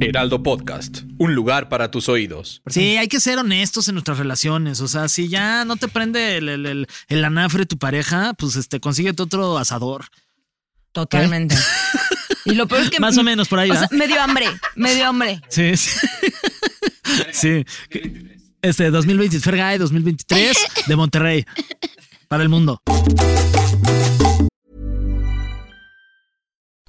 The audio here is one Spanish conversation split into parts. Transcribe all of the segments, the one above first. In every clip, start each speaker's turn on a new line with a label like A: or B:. A: Heraldo Podcast, un lugar para tus oídos.
B: Sí, hay que ser honestos en nuestras relaciones. O sea, si ya no te prende el, el, el, el anafre tu pareja, pues este, consíguete otro asador.
C: Totalmente. Y lo peor es que.
B: Más o menos por ahí.
C: Em, O
B: ¿verdad?
C: sea, me dio hambre, me dio hambre.
B: Sí, sí. sí. Este, 2023, Fergay 2023 de Monterrey. Para el mundo.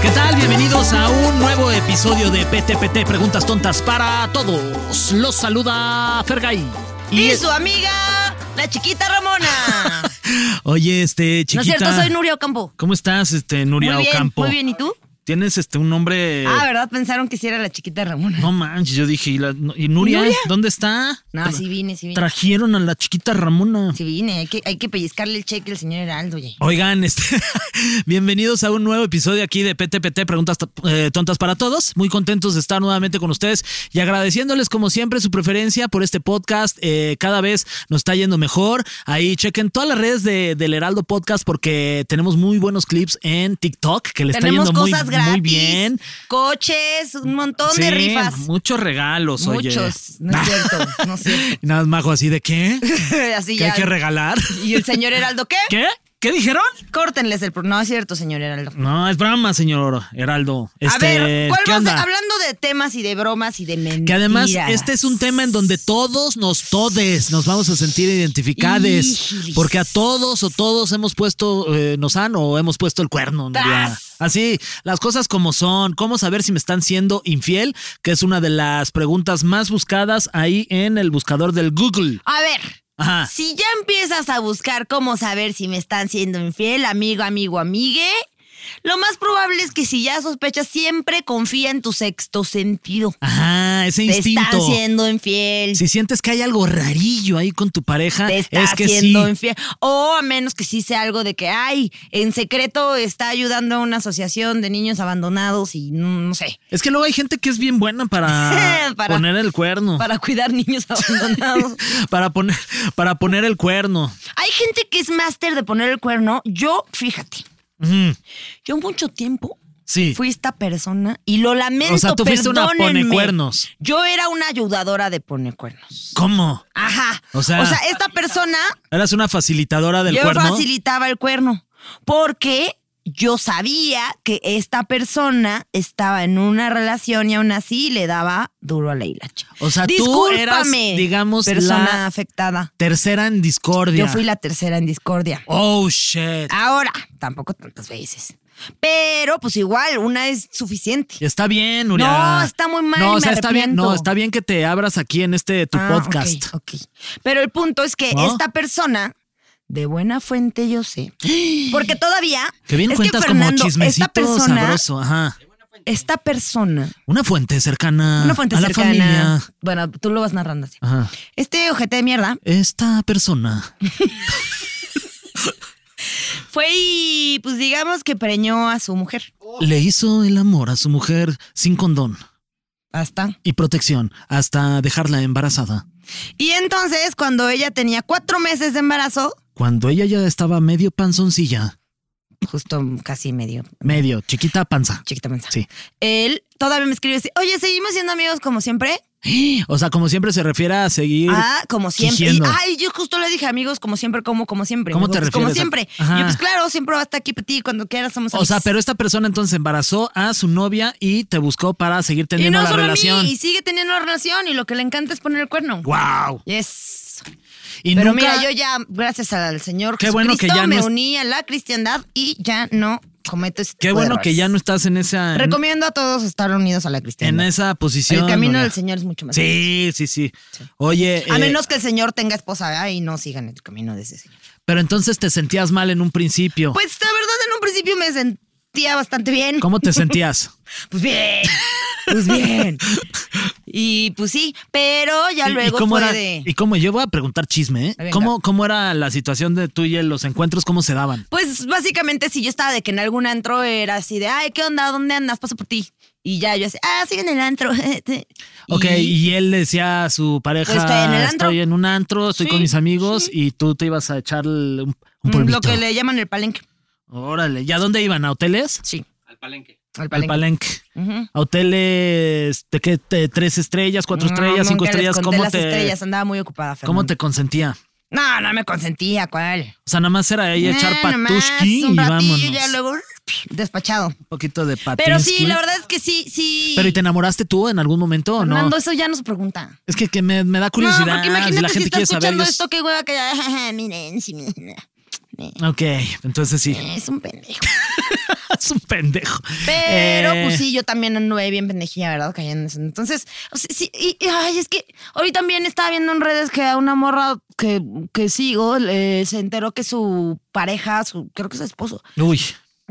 B: ¿Qué tal? Bienvenidos a un nuevo episodio de PTPT Preguntas Tontas para Todos. Los saluda Fergay.
C: Y, su amiga, la chiquita Ramona.
B: Oye, este,
C: No
B: chiquita.
C: es cierto, soy Nuria Ocampo.
B: ¿Cómo estás, este, Nuria
C: muy bien,
B: Ocampo?
C: muy bien. ¿Y tú?
B: Tienes este un nombre.
C: Ah, ¿verdad? Pensaron que sí era la chiquita Ramona.
B: no manches, yo dije, ¿y, la- no- y Nuria,
C: ¿Nuria?
B: dónde está?
C: No, sí vine, sí vine.
B: Trajeron a la chiquita Ramona.
C: Sí vine, hay que, hay que pellizcarle el cheque al señor Heraldo, oye.
B: Oigan, este, bienvenidos a un nuevo episodio aquí de PTPT, Preguntas to- eh, Tontas para Todos. Muy contentos de estar nuevamente con ustedes y agradeciéndoles como siempre su preferencia por este podcast. Eh, cada vez nos está yendo mejor. Ahí chequen todas las redes de, del Heraldo Podcast porque tenemos muy buenos clips en TikTok que le está
C: Tenemos
B: yendo muy,
C: cosas gratis,
B: muy bien.
C: coches, un montón de
B: Sí,
C: rifas.
B: Muchos regalos, oye.
C: Muchos, no es cierto, no es cierto.
B: Y Nada más majo así de qué?
C: Así
B: ¿Qué
C: ya.
B: hay que regalar?
C: ¿Y el señor Heraldo qué?
B: ¿Qué? ¿Qué dijeron?
C: Córtenles el... pro- No es cierto, señor Heraldo.
B: No, es broma, señor Heraldo.
C: a
B: Este,
C: ver, ¿cuál
B: ¿qué
C: vas a-
B: onda?
C: hablando de temas y de bromas y de mentiras.
B: Que además este es un tema en donde todos nos todes nos vamos a sentir identificades
C: Híjoles.
B: porque a todos o todos hemos puesto eh, nos han o hemos puesto el cuerno. Nuria.
C: ¡Tas!
B: Así, las cosas como son, cómo saber si me están siendo infiel, que es una de las preguntas más buscadas ahí en el buscador del Google.
C: A ver,
B: Ajá.
C: si ya empiezas a buscar cómo saber si me están siendo infiel, amigo, amigo, amigue, lo más probable es que si ya sospechas, siempre confía en tu sexto sentido.
B: Ajá, ese
C: Te están
B: Ah, instinto.
C: siendo infiel.
B: Si sientes que hay algo rarillo ahí con tu pareja,
C: Te está
B: es que
C: siendo
B: sí.
C: infiel. O a menos que sí sea algo de que, ay, en secreto está ayudando a una asociación de niños abandonados y no, no sé,
B: Es que luego hay gente que es bien buena para,
C: Para-
B: poner el cuerno.
C: para cuidar niños abandonados.
B: para poner para poner el cuerno.
C: Hay gente que es máster de poner el cuerno. Yo, fíjate, yo mucho tiempo
B: Sí.
C: fui esta persona y lo lamento.
B: O sea, tú fuiste una
C: perdónenme.
B: ponecuernos.
C: Yo era una ayudadora de ponecuernos.
B: ¿Cómo?
C: Ajá.
B: O sea-
C: esta persona,
B: Eras una facilitadora del
C: yo
B: cuerno.
C: facilitaba el cuerno porque yo sabía que esta persona estaba en una relación y aún así le daba duro a la hilacha.
B: O sea, tú
C: Discúlpame,
B: eras, digamos, la-
C: persona afectada.
B: Tercera en discordia.
C: Yo fui la Ah. tercera en discordia.
B: Oh shit.
C: Ahora, tampoco tantas veces. Pero pues igual, una es suficiente.
B: Está bien, Nuria.
C: No, está muy mal,
B: No, o
C: me
B: sea, está bien, no,
C: arrepiento.
B: está bien que te abras aquí en este tu
C: Ah,
B: podcast.
C: ok, ok. Pero el punto es que
B: ¿No?
C: esta persona, de buena fuente yo sé, porque todavía...
B: Que bien
C: es
B: cuentas
C: que Fernando,
B: como chismecito
C: esta persona,
B: sabroso, ajá.
C: Esta persona,
B: Una fuente cercana
C: una fuente
B: Ah, a
C: cercana...
B: la familia. Ah.
C: Bueno, tú lo vas narrando así.
B: Ajá.
C: Este ojete de mierda
B: Esta persona.
C: fue y pues digamos que preñó a su mujer.
B: Le hizo el amor a su mujer sin condón
C: Hasta.
B: y protección hasta dejarla embarazada.
C: Y entonces cuando ella tenía cuatro meses de embarazo,
B: Cuando ella ya estaba medio panzoncilla,
C: justo casi medio
B: medio chiquita panza.
C: chiquita mensa,
B: Sí.
C: él todavía me escribe así, oye, ¿seguimos siendo amigos como siempre?
B: O sea, como siempre se refiere a seguir.
C: Ah, como siempre. Y,
B: Fingiendo.
C: ay, yo justo le dije, amigos, como siempre, como, como siempre.
B: ¿Cómo
C: Me
B: te
C: dijo, pues,
B: refieres a-
C: Como siempre.
B: Ajá.
C: Yo, pues claro, siempre va a estar aquí para ti, cuando quieras somos
B: o sea,
C: amigos.
B: pero esta persona entonces embarazó a su novia y te buscó para seguir
C: Y
B: teniendo
C: no
B: la
C: solo a
B: relación.
C: mí, y sigue teniendo la relación, y lo que le encanta es poner el cuerno.
B: Wow.
C: Yes.
B: Y
C: Pero
B: nunca.
C: mira, yo ya, gracias al Señor
B: Qué bueno que
C: Jesucristo,
B: ya no
C: me
B: es-
C: uní a la cristiandad y ya no cometo este
B: Qué
C: tipo de
B: bueno que
C: errores.
B: ya no estás en esa, en,
C: Recomiendo a todos estar unidos a la
B: en
C: cristiandad.
B: esa posición.
C: El camino
B: Nuria.
C: del Señor es mucho más
B: Sí, sí, sí. Oye,
C: A
B: eh,
C: menos que el señor tenga esposa ¿verdad? y no sigan el camino de ese señor.
B: pero entonces te sentías mal en un principio.
C: Pues la verdad, en un principio me sentía bastante bien.
B: ¿Cómo te sentías?
C: Pues bien. Pues bien. Y pues sí, pero ya
B: ¿Y-
C: luego
B: ¿Y cómo
C: fue
B: era?
C: de.
B: ¿Y cómo? Yo voy a preguntar chisme, ¿eh?
C: Venga.
B: ¿Cómo, ¿Cómo era la situación de tú y él, los encuentros, cómo se daban?
C: Pues básicamente si yo estaba de que en algún antro era así de, ay, ¿qué onda? ¿Dónde andas? Paso por ti. Y ya yo así, ah, sigue en el antro.
B: Ok, y, él decía a su pareja,
C: Pues, estoy en el
B: estoy
C: antro".
B: en un antro, estoy
C: Sí,
B: con mis amigos y tú te ibas a echar el- un, un
C: Mm,
B: polvito.
C: Lo que le llaman el palenque.
B: Órale, ¿y a dónde iban? ¿A hoteles?
C: Sí. Al
B: Al
C: palenque.
B: palenque.
C: Ujú.
B: ¿A hoteles de qué? Te- ¿Tres estrellas, cuatro
C: No,
B: estrellas, cinco
C: nunca les
B: estrellas?
C: conté
B: ¿Cómo
C: las
B: te,
C: estrellas? Andaba muy ocupada,
B: ¿Cómo
C: Fernando.
B: te consentía?
C: No, no me consentía, ¿cuál?
B: O sea, nada más era ahí echar
C: Nah, nomás
B: patushki y
C: un ratillo,
B: vámonos.
C: ya luego despachado.
B: Un poquito de patinsky.
C: Pero sí, la verdad es que sí, sí.
B: ¿Pero y te enamoraste tú en algún momento o no?
C: Fernando, eso ya no se pregunta.
B: Es que, que me, me da curiosidad.
C: No, porque imagínate
B: la
C: si
B: gente
C: está
B: quiere saber.
C: escuchando
B: yo-
C: esto, qué hueva que ya. Miren, sí, miren. Eh,
B: Ok, entonces sí.
C: Es un pendejo.
B: es un pendejo.
C: Pero,
B: Eh,
C: pues sí, yo también anduve bien pendejilla, ¿verdad? Cayendo en eso. Entonces, o sea, sí, y, y, ay, es que hoy también estaba viendo en redes que a una morra que, que sigo eh, se enteró que su pareja, su, creo que su esposo,
B: Uy,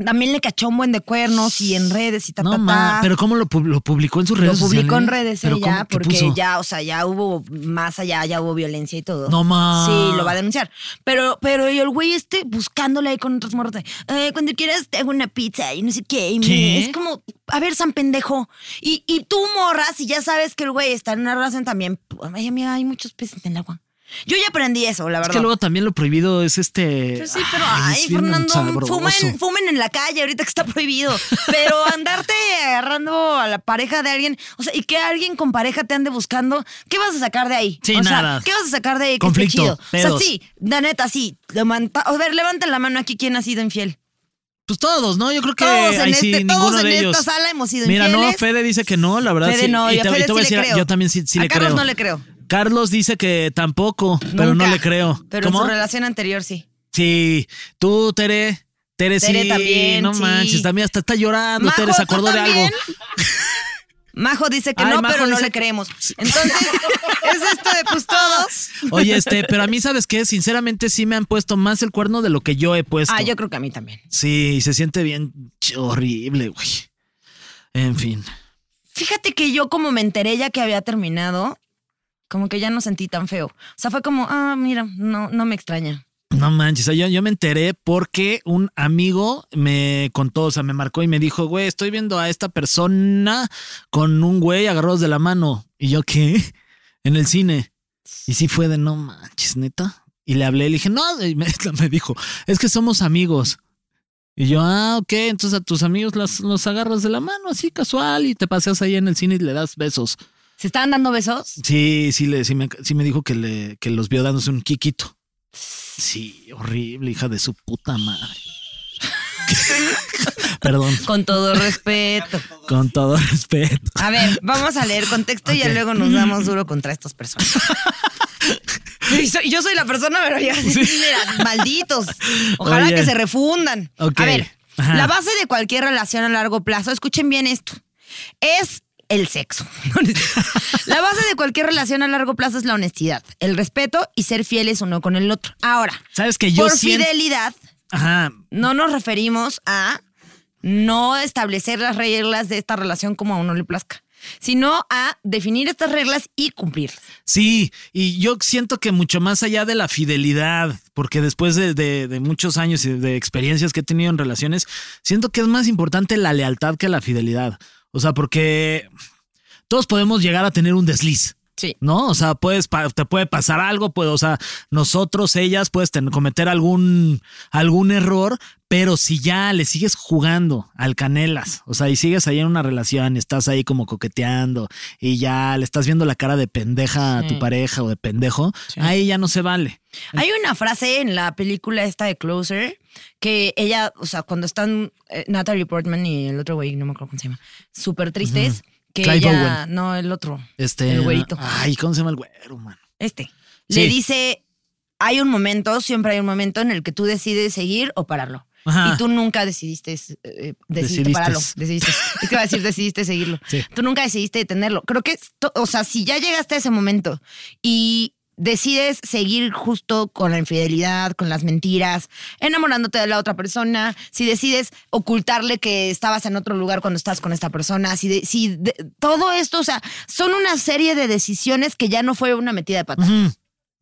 C: también le cachó un buen de cuernos y en redes y ta, ta,
B: no
C: ta.
B: mames. Pero ¿cómo lo, pub- lo publicó en sus
C: Lo
B: redes
C: publicó en
B: sociales?
C: redes
B: ¿Pero
C: ella
B: cómo? ¿Qué
C: porque
B: puso?
C: ya, o sea, ya hubo más allá, ya hubo violencia y todo.
B: No mames.
C: Sí, lo va a denunciar. Pero, pero y el güey este buscándole ahí con otros morros de, "Eh, cuando quieras te hago una pizza y no sé qué. y mira,
B: ¿Qué?
C: es como, a ver, San Pendejo. Y, y tú morras y ya sabes que el güey está en una relación también. pues, Ay, amiga, hay muchos peces en el agua. Yo ya aprendí eso, la
B: Es
C: verdad.
B: que luego también lo prohibido es este.
C: Pues sí, pero
B: Ay,
C: ay,
B: es bien
C: Fernando,
B: sabroso.
C: fumen, fumen en la calle ahorita que está prohibido. Pero andarte agarrando a la pareja de alguien, o sea, y que alguien con pareja te ande buscando, ¿qué vas a sacar de ahí?
B: Sí,
C: o sea,
B: nada.
C: ¿Qué vas a sacar de ahí? que
B: Conflicto,
C: esté chido? O
B: pedos.
C: sea, sí, la neta, sí. Levanta- a ver, levanten la mano aquí quién ha sido infiel.
B: Pues todos, ¿no? Yo creo que
C: Todos en,
B: ahí sí,
C: este,
B: ninguno
C: todos en
B: de ellos.
C: esta sala hemos sido
B: Mira, no,
C: infieles.
B: Fede dice que no, la verdad.
C: Fede
B: sí.
C: no,
B: y
C: y a
B: te, y
C: Fede
B: te voy
C: sí
B: a
C: le
B: decir,
C: creo.
B: yo también sí, sí
C: A
B: le
C: Carlos
B: creo.
C: no le creo.
B: Carlos dice que tampoco, pero no
C: Nunca.
B: le creo.
C: Pero
B: ¿Cómo?
C: en su relación anterior sí.
B: Sí, tú, Tere. Tere,
C: Tere
B: sí,
C: también,
B: no
C: sí.
B: manches, también hasta está llorando,
C: Majo,
B: Tere se
C: ¿tú
B: acordó de algo.
C: también? Majo dice que
B: Ay,
C: no,
B: Majo
C: pero no
B: dice-
C: le creemos. Entonces, es esto de pues todos.
B: Oye, este, pero a mí, ¿sabes qué? Sinceramente sí me han puesto más el cuerno de lo que yo he puesto.
C: Ah, yo creo que a mí también.
B: Sí, y se siente bien ch- horrible, güey. En fin.
C: Fíjate que yo como me enteré ya que había terminado, como que ya no sentí tan feo. O sea, fue como, ah, mira, no, no me extraña.
B: No manches, yo, yo me enteré porque un amigo me contó, o sea, me marcó y me dijo, güey, estoy viendo a esta persona con un güey agarrados de la mano. Y yo, ¿qué? En el cine. Y sí fue de, no manches, neta. Y le hablé, le dije, no, y me, me dijo, es que somos amigos. Y yo, ah, ok, entonces a tus amigos las- los agarras de la mano así casual y te paseas ahí en el cine y le das besos.
C: ¿Se estaban dando besos?
B: Sí, sí, le, sí, me, sí me dijo que, le, que los vio dándose un quiquito. Sí, horrible, hija de su puta madre. Perdón,
C: Con todo respeto.
B: con todo respeto.
C: A ver, vamos a leer contexto y ya
B: Ok.
C: luego nos damos duro contra estas personas. Y soy- yo soy la persona, pero ya. Mira, malditos. Ojalá
B: Oye.
C: que se refundan.
B: Ok.
C: A ver,
B: Ajá.
C: la base de cualquier relación a largo plazo, escuchen bien esto, es el sexo. No, no es cierto. la base de cualquier relación a largo plazo es la honestidad, el respeto y ser fieles uno con el otro. Ahora,
B: Sabes que yo
C: por
B: siento.
C: fidelidad
B: Ajá.
C: no nos referimos a no establecer las reglas de esta relación como a uno le plazca, sino a definir estas reglas y cumplirlas.
B: Sí, y yo siento que mucho más allá de la fidelidad, porque después de, de- de muchos años y de experiencias que he tenido en relaciones, siento que es más importante la lealtad que la fidelidad. O sea, porque todos podemos llegar a tener un desliz.
C: Sí.
B: ¿no? O sea, puedes, pa- te puede pasar algo, pues, o sea, nosotros, ellas, puedes ten- cometer algún, algún error, pero si ya le sigues jugando al canelas, o sea, y sigues ahí en una relación, y estás ahí como coqueteando y ya le estás viendo la cara de pendeja a tu
C: Sí.
B: pareja o de pendejo, ahí ya no se vale.
C: Hay una frase en la película esta de Closer que ella, o sea, cuando están eh, Natalie Portman y el otro güey, no me acuerdo cómo se llama, súper tristes, que
B: Clive
C: ella, no, el otro,
B: Este,
C: El güerito.
B: Ay, ¿cómo se llama el güero, mano?
C: este,
B: Sí.
C: le dice, hay un momento, siempre hay un momento en el que tú decides seguir o pararlo.
B: Ajá.
C: y tú nunca decidiste, eh, decidiste
B: Ah. Decidiste.
C: pararlo. Decidiste. Es que iba a decir, decidiste seguirlo.
B: Sí.
C: Tú nunca decidiste detenerlo. Creo que, to- o sea, si ya llegaste a ese momento y decides seguir justo con la infidelidad, con las mentiras, enamorándote de la otra persona, si decides ocultarle que estabas en otro lugar cuando estás con esta persona, si, de- si de- todo esto, o sea, son una serie de decisiones que ya no fue una metida de pata.
B: Ujú.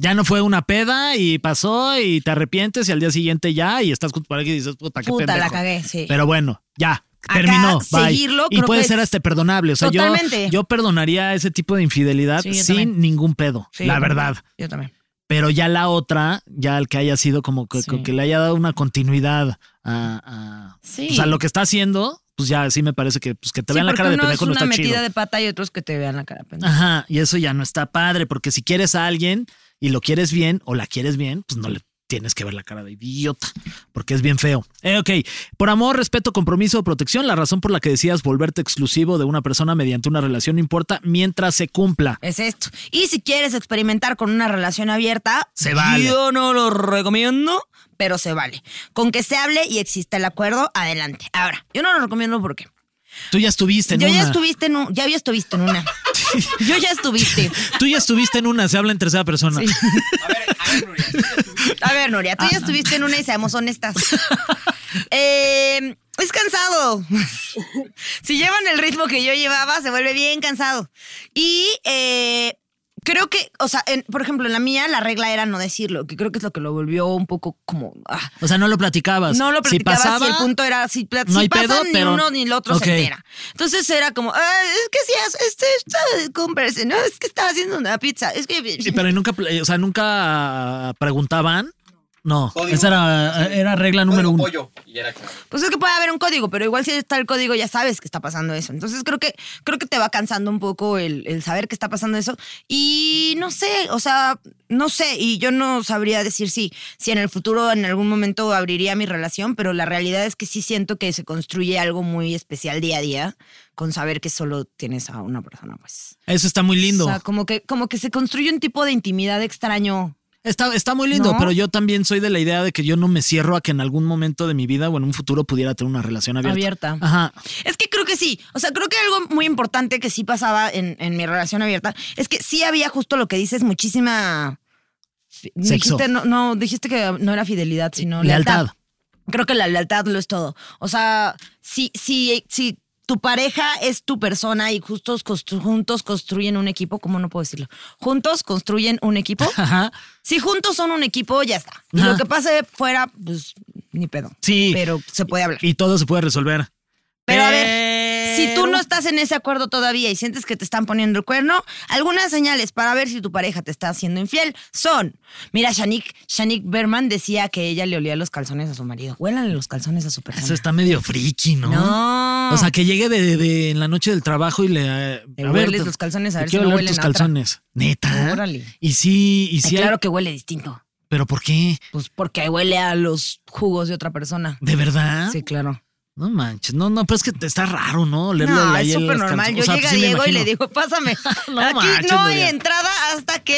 B: Ya no fue una peda y pasó y te arrepientes y al día siguiente ya y estás con tu pareja y dices, puta, Ah, qué
C: Puta, la
B: pendejo".
C: cagué, sí.
B: Pero bueno, ya.
C: Acá,
B: Terminó. bye.
C: seguirlo,
B: y
C: creo
B: puede
C: que
B: ser
C: es-
B: hasta perdonable. O sea, yo,
C: Totalmente.
B: yo perdonaría ese tipo de infidelidad
C: Sí, yo
B: sin
C: también.
B: ningún pedo,
C: Sí,
B: la
C: yo también.
B: verdad.
C: Yo también.
B: Pero ya la otra, ya el que haya sido como que,
C: Sí.
B: que le haya dado una continuidad a, a,
C: Sí.
B: pues, a lo que está haciendo, pues ya sí me parece que, pues, que te
C: Sí,
B: vean la
C: porque
B: cara de
C: uno
B: pendejo
C: es
B: no
C: una
B: está
C: metida
B: chido.
C: de pata y otros que te vean la cara de pendejo.
B: Ajá, y eso ya no está padre, porque si quieres a alguien y lo quieres bien o la quieres bien, pues no le tienes que ver la cara de idiota, porque es bien feo. Eh, ok, por amor, respeto, compromiso o protección, la razón por la que decías volverte exclusivo de una persona mediante una relación no importa mientras se cumpla.
C: Es esto. Y si quieres experimentar con una relación abierta,
B: Se vale.
C: Yo no lo recomiendo, pero se vale. Con que se hable y exista el acuerdo, adelante. Ahora, yo no lo recomiendo porque
B: Tú ya estuviste en
C: yo
B: una.
C: ya estuviste en un, ya había estuviste en una. yo ya estuviste.
B: Tú ya estuviste en una, se habla en tercera persona.
C: A ver, Nuria, tú ya estuviste en una Ah, y seamos honestas. Eh, es cansado. si llevan el ritmo que yo llevaba, se vuelve bien cansado. Y eh, creo que, o sea, en- por ejemplo, en la mía la regla era no decirlo, que creo que es lo que lo volvió un poco como... ah,
B: O sea, no lo platicabas.
C: no lo platicaba
B: si pasaba,
C: si el punto era si, pla-
B: no
C: si
B: hay
C: pasan
B: pedo,
C: ni
B: pero-
C: uno ni el otro
B: Ok.
C: se entera. Entonces era como, "Ah, es que sí, es, este, esta- cómprese, ¿no? Es que estaba haciendo una pizza. Es que
B: Sí, pero ¿y nunca, pl- eh, o sea, nunca preguntaban. No, esa era, eh, era regla número uno.
C: Pues es que puede haber un código, pero igual si está el código ya sabes que está pasando eso. Entonces creo que creo que te va cansando un poco el, el saber que está pasando eso. Y no sé, o sea, no sé. Y yo no sabría decir si, si en el futuro en algún momento abriría mi relación, pero la realidad es que sí siento que se construye algo muy especial día a día con saber que solo tienes a una persona, pues.
B: Eso está muy lindo.
C: O sea, como que, como que se construye un tipo de intimidad extraño.
B: Está, está muy lindo,
C: ¿No?
B: pero yo también soy de la idea de que yo no me cierro a que en algún momento de mi vida o en un futuro pudiera tener una relación abierta.
C: Abierta.
B: Ajá.
C: Es que creo que sí. O sea, creo que algo muy importante que sí pasaba en, en mi relación abierta es que sí había justo lo que dices, muchísima.
B: Sexo.
C: Dijiste, no, no, dijiste que no era fidelidad, sino
B: Lealtad.
C: lealtad. Creo que la lealtad lo es todo. O sea, si, si, si tu pareja es tu persona y justos constru- juntos construyen un equipo, ¿cómo no puedo decirlo? Juntos construyen un equipo.
B: Ajá.
C: si juntos son un equipo, ya está. Y
B: Ajá.
C: lo que pase fuera, pues ni pedo.
B: Sí.
C: Pero se puede hablar.
B: Y todo se puede resolver.
C: Pero a ver, si tú
B: Pero-
C: no estás en ese acuerdo todavía y sientes que te están poniendo el cuerno, algunas señales para ver si tu pareja te está haciendo infiel son. Mira, Shanique, Shanique Berman decía que ella le olía los calzones a su marido. Huélanle los calzones a su persona.
B: Eso está medio friki, ¿no?
C: No.
B: O sea, que llegue de, de- en la noche del trabajo y le... eh,
C: Te
B: a ver,
C: hueles
B: te-
C: los calzones, a
B: te
C: ver si
B: quiero
C: no
B: oler
C: huelen
B: tus
C: a otra.
B: calzones. Neta.
C: Órale.
B: ¿eh? Y sí, y
C: Ay,
B: sí. hay-
C: claro que huele distinto.
B: ¿Pero por qué?
C: Pues porque huele a los jugos de otra persona.
B: ¿De verdad?
C: Sí, claro.
B: No manches, no, no, pero es que te- está raro, ¿no? Leerlo
C: No,
B: ahí
C: es
B: en
C: súper
B: las
C: normal.
B: canciones.
C: Yo
B: O sea, pues
C: llega
B: sí me
C: Diego y le
B: imagino.
C: digo, pásame.
B: No
C: Aquí
B: manches,
C: no hay
B: Nuria.
C: entrada hasta que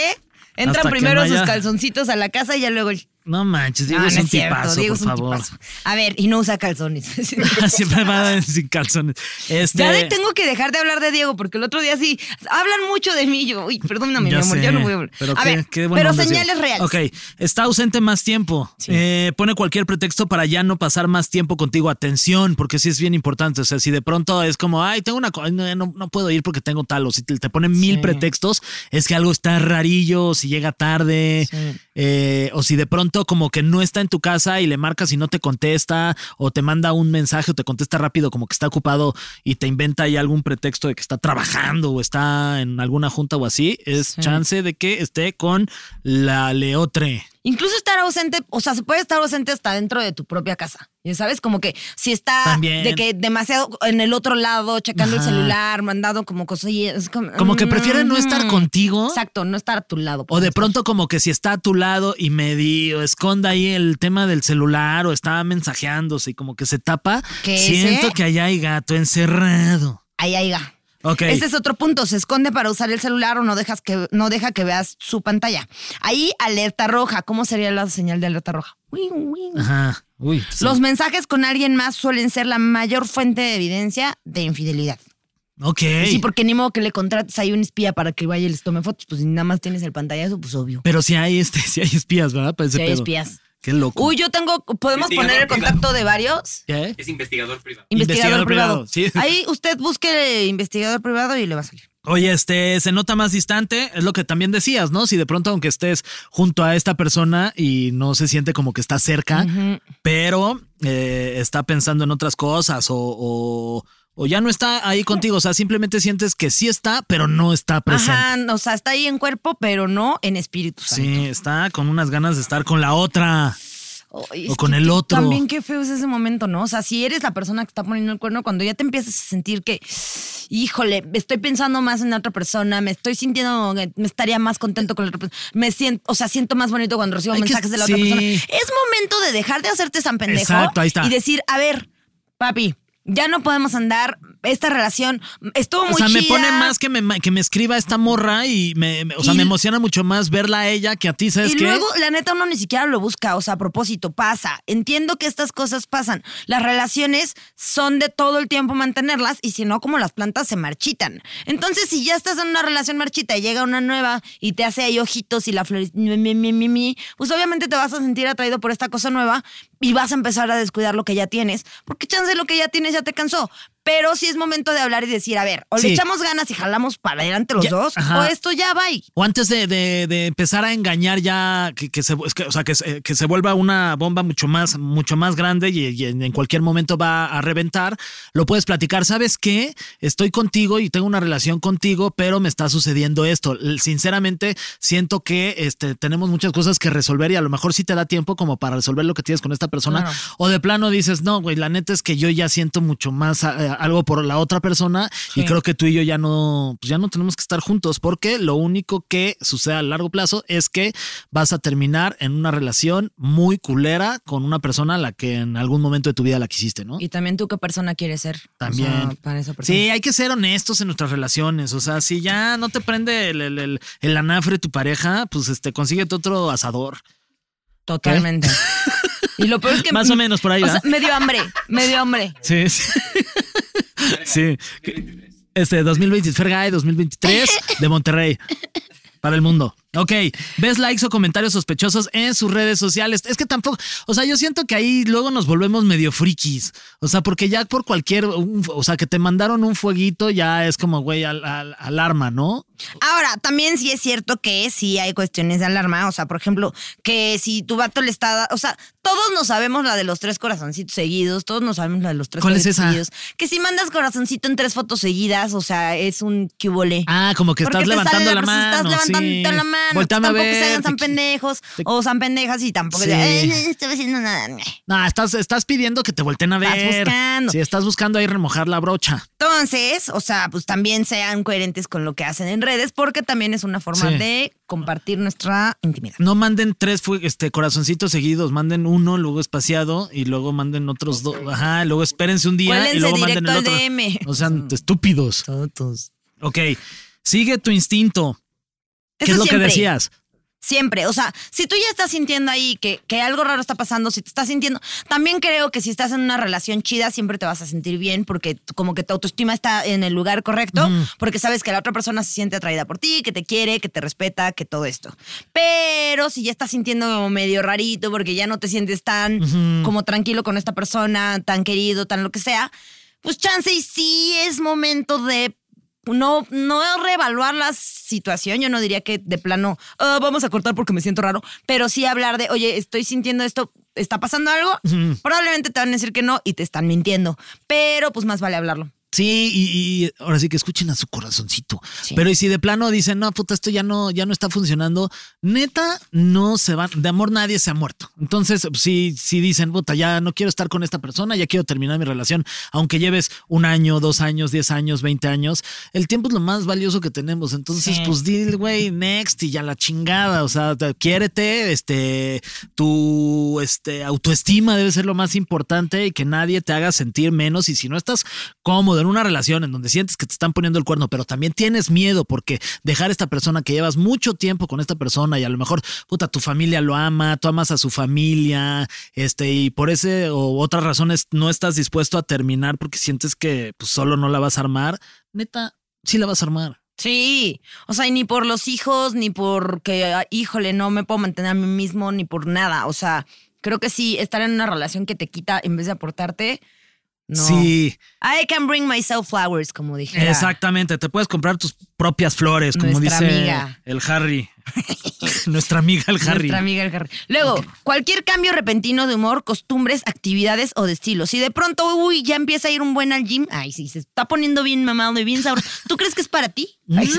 C: entran
B: Hasta que
C: primero
B: no
C: sus
B: haya-
C: calzoncitos a la casa y ya luego el.
B: No manches, Diego
C: Ah,
B: es
C: no
B: un
C: cierto,
B: tipazo,
C: Diego
B: por
C: es un
B: favor. Ah,
C: tipazo. A ver, y no usa calzones.
B: Siempre va sin calzones. Este,
C: Ya de- tengo que dejar de hablar de Diego porque el otro día sí hablan mucho de mí. Yo, uy, perdóname, mi amor,
B: sé,
C: yo no voy a hablar.
B: Pero,
C: a
B: qué-
C: ver,
B: qué buena
C: pero
B: onda, Diego.
C: señales reales.
B: Ok, está ausente más tiempo. Eh, pone cualquier pretexto para ya no pasar más tiempo contigo. Atención, porque sí es bien importante. O sea, si de pronto es como, ay, tengo una. co- ay, No, no- no puedo ir porque tengo tal. O si te, te ponen mil pretextos, es que algo está rarillo. o Si llega tarde, eh, o si de pronto como que no está en tu casa y le marcas y no te contesta, o te manda un mensaje o te contesta rápido como que está ocupado y te inventa ahí algún pretexto de que está trabajando o está en alguna junta o así, es chance de que esté con la leotre.
C: Incluso estar ausente, o sea, se puede estar ausente hasta dentro de tu propia casa. Ya sabes, como que si está
B: También.
C: de que demasiado en el otro lado, checando
B: Ajá.
C: el celular, mandado como cosillas. Como,
B: Como que prefiere no estar
C: Mm.
B: contigo.
C: Exacto, no estar a tu lado.
B: O de pronto como que si está a tu lado y medio esconda ahí el tema del celular o está mensajeándose y como que se tapa,
C: ¿Qué es,
B: siento
C: eh?
B: que allá hay gato encerrado.
C: Ahí, ahí va.
B: Ok.
C: Ese es otro punto. Se esconde para usar el celular o no, dejas que, no deja que veas su pantalla. Ahí, alerta roja. ¿Cómo sería la señal de alerta roja? Uing, uing.
B: Ajá. Uy. sí.
C: Los mensajes con alguien más suelen ser la mayor fuente de evidencia de infidelidad.
B: Ok.
C: Sí, porque ni modo que le contrates ahí un espía para que vaya y les tome fotos. Pues si nada más tienes el pantallazo, pues obvio.
B: Pero si hay este, si hay espías, ¿verdad? Para ese
C: Si hay
B: pedo.
C: espías.
B: Qué loco. ¿eh?
C: Uy, yo tengo. ¿Podemos
D: Investigador
C: poner el
D: privado.
C: contacto de varios?
B: ¿Qué?
D: Es investigador privado.
C: Investigador,
B: Investigador privado,
C: privado.
B: sí.
C: Ahí usted busque investigador privado y le va a salir.
B: Oye, este, se nota más distante, es lo que también decías, ¿no? Si de pronto, aunque estés junto a esta persona y no se siente como que está cerca, pero eh, está pensando en otras cosas o, o- o ya no está ahí contigo, o sea, simplemente sientes que sí está, pero no está presente.
C: Ajá, o sea, está ahí en cuerpo, pero no en espíritu. Santo.
B: Sí, está con unas ganas de estar con la otra.
C: Ay,
B: O
C: es
B: con
C: que
B: el
C: qué-
B: otro.
C: También qué feo es ese momento, ¿no? O sea, si eres la persona que está poniendo el cuerno, cuando ya te empiezas a sentir que, híjole, estoy pensando más en la otra persona, me estoy sintiendo, que me estaría más contento con la otra persona, me siento, o sea, siento más bonito cuando recibo
B: Hay que-
C: mensajes de la
B: sí.
C: otra persona. Es momento de dejar de hacerte san pendejo
B: Exacto, ahí está.
C: y decir, a ver, papi, ya no podemos andar, esta relación estuvo muy
B: o sea, me
C: chida.
B: pone más que me, que me escriba esta morra y me, me- o sea,
C: Y-
B: me emociona mucho más verla a ella que a ti, ¿sabes
C: Y
B: qué?
C: luego, la neta, uno ni siquiera lo busca, o sea, a propósito, pasa. Entiendo que estas cosas pasan. Las relaciones son de todo el tiempo mantenerlas y si no, como las plantas se marchitan. Entonces, si ya estás en una relación marchita y llega una nueva y te hace ahí ojitos y la flor, mi, mi, mi, mi, mi, pues obviamente te vas a sentir atraído por esta cosa nueva y vas a empezar a descuidar lo que ya tienes, porque chance lo que ya tienes ya te cansó. Pero sí es momento de hablar y decir, a ver, o le
B: Sí.
C: echamos ganas y jalamos para adelante los
B: Ya,
C: dos,
B: ajá.
C: o esto ya va y
B: O antes de, de- de empezar a engañar ya, que, que se, es que, o sea, que, se- que se vuelva una bomba mucho más, mucho más grande y, y en, en cualquier momento va a reventar, lo puedes platicar. ¿Sabes qué? Estoy contigo y tengo una relación contigo, pero me está sucediendo esto. L- Sinceramente, siento que este, tenemos muchas cosas que resolver y a lo mejor sí te da tiempo como para resolver lo que tienes con esta persona.
C: Claro.
B: O de plano dices, no, güey, la neta es que yo ya siento mucho más eh, algo por la otra persona y creo que tú y yo ya no, pues ya no tenemos que estar juntos porque lo único que sucede a largo plazo es que vas a terminar en una relación muy culera con una persona a la que en algún momento de tu vida la quisiste, ¿no?
C: Y también tú qué persona quieres ser. O
B: También.
C: sea, para esa persona.
B: Sí, hay que ser honestos en nuestras relaciones. O sea, si ya no te prende el, el, el- el anafre tu pareja, pues este, consíguete otro asador.
C: Totalmente. Y lo peor es que.
B: Más o menos por ahí,
C: O sea,
B: ¿verdad?
C: me dio hambre, me dio hambre.
B: Sí, sí. sí. Este, 2023, Fergay 2023 de Monterrey. Para el mundo. Ok, ves likes o comentarios sospechosos en sus redes sociales. Es que tampoco, o sea, yo siento que ahí luego nos volvemos medio frikis. O sea, porque ya por cualquier, un- o sea, que te mandaron un fueguito ya es como, güey, al- al- alarma, ¿no?
C: Ahora, también sí es cierto que sí hay cuestiones de alarma. O sea, por ejemplo, que si tu vato le está. da- O sea, todos nos sabemos la de los tres corazoncitos seguidos. Todos nos sabemos la de los tres
B: ¿Cuál es
C: corazoncitos
B: esa?
C: seguidos. Que si mandas corazoncito en tres fotos seguidas, o sea, es un cubole.
B: Ah, como que
C: Porque
B: estás
C: te
B: levantando
C: sale
B: la
C: persona,
B: mano.
C: Estás levantando
B: sí.
C: la mano.
B: Volteame a
C: tampoco
B: ver,
C: se hagan
B: te
C: tan
B: qui-
C: pendejos
B: te-
C: o san pendejas y tampoco.
B: Sí.
C: se- "Ay, no estoy haciendo nada.
B: No, estás, estás pidiendo que te volteen a ver.
C: Estás buscando.
B: Sí, estás buscando ahí remojar la brocha.
C: Entonces, o sea, pues también sean coherentes con lo que hacen en redes, porque también es una forma
B: Sí.
C: de compartir nuestra intimidad.
B: No manden tres fue- este, corazoncitos seguidos, manden uno, luego espaciado y luego manden otros dos. Ajá, luego espérense un día y
C: Cuélense
B: luego manden el
C: directo al
B: otro.
C: DM.
B: O sean estúpidos. Ok, sigue tu instinto. ¿Qué
C: Eso
B: es lo que
C: siempre,
B: decías?
C: Siempre. O sea, si tú ya estás sintiendo ahí que, que algo raro está pasando, si te estás sintiendo. También creo que si estás en una relación chida, siempre te vas a sentir bien, porque tú- como que tu autoestima está en el lugar correcto, porque sabes que la otra persona se siente atraída por ti, que te quiere, que te respeta, que todo esto. Pero si ya estás sintiendo como medio rarito, porque ya no te sientes tan como tranquilo con esta persona, tan querido, tan lo que sea, pues chance y sí es momento de no, no reevaluar la situación. Yo no diría que de plano, "Ah, vamos a cortar porque me siento raro, pero sí hablar de, oye, estoy sintiendo esto, ¿está pasando algo? Probablemente te van a decir que no y te están mintiendo, pero pues más vale hablarlo.
B: Sí, y, y ahora sí que escuchen a su corazoncito.
C: Sí.
B: Pero y si de plano dicen, no, puta, esto ya no, ya no está funcionando, neta, no se van, de amor nadie se ha muerto. Entonces, si, si dicen, puta, ya no quiero estar con esta persona, ya quiero terminar mi relación, aunque lleves un año, dos años, diez años, veinte años, el tiempo es lo más valioso que tenemos. Entonces,
C: Sí.
B: pues deal, güey, next y ya la chingada. O sea, te- quiérete, este, tu este, autoestima debe ser lo más importante y que nadie te haga sentir menos. Y si no estás cómodo en una relación en donde sientes que te están poniendo el cuerno, pero también tienes miedo porque dejar esta persona que llevas mucho tiempo con esta persona y a lo mejor, puta, tu familia lo ama, tú amas a su familia, este, y por ese o otras razones no estás dispuesto a terminar porque sientes que pues, solo no la vas a armar. Neta, sí la vas a armar.
C: Sí, o sea, y ni por los hijos, ni porque, ah, híjole, no me puedo mantener a mí mismo, ni por nada. O sea, creo que sí, estar en una relación que te quita en vez de aportarte. No.
B: Sí,
C: I can bring myself flowers, como dije.
B: exactamente. Te puedes comprar tus propias flores, como
C: Nuestra
B: dice
C: amiga.
B: el Harry. Nuestra amiga el Harry.
C: Nuestra amiga el Harry. Luego, cualquier cambio repentino de humor, costumbres, actividades o de estilo. Si de pronto, uy, ya empieza a ir un buen al gym, ay, sí, se está poniendo bien mamado y bien sabroso. ¿Tú crees que es para ti? Ay, sí.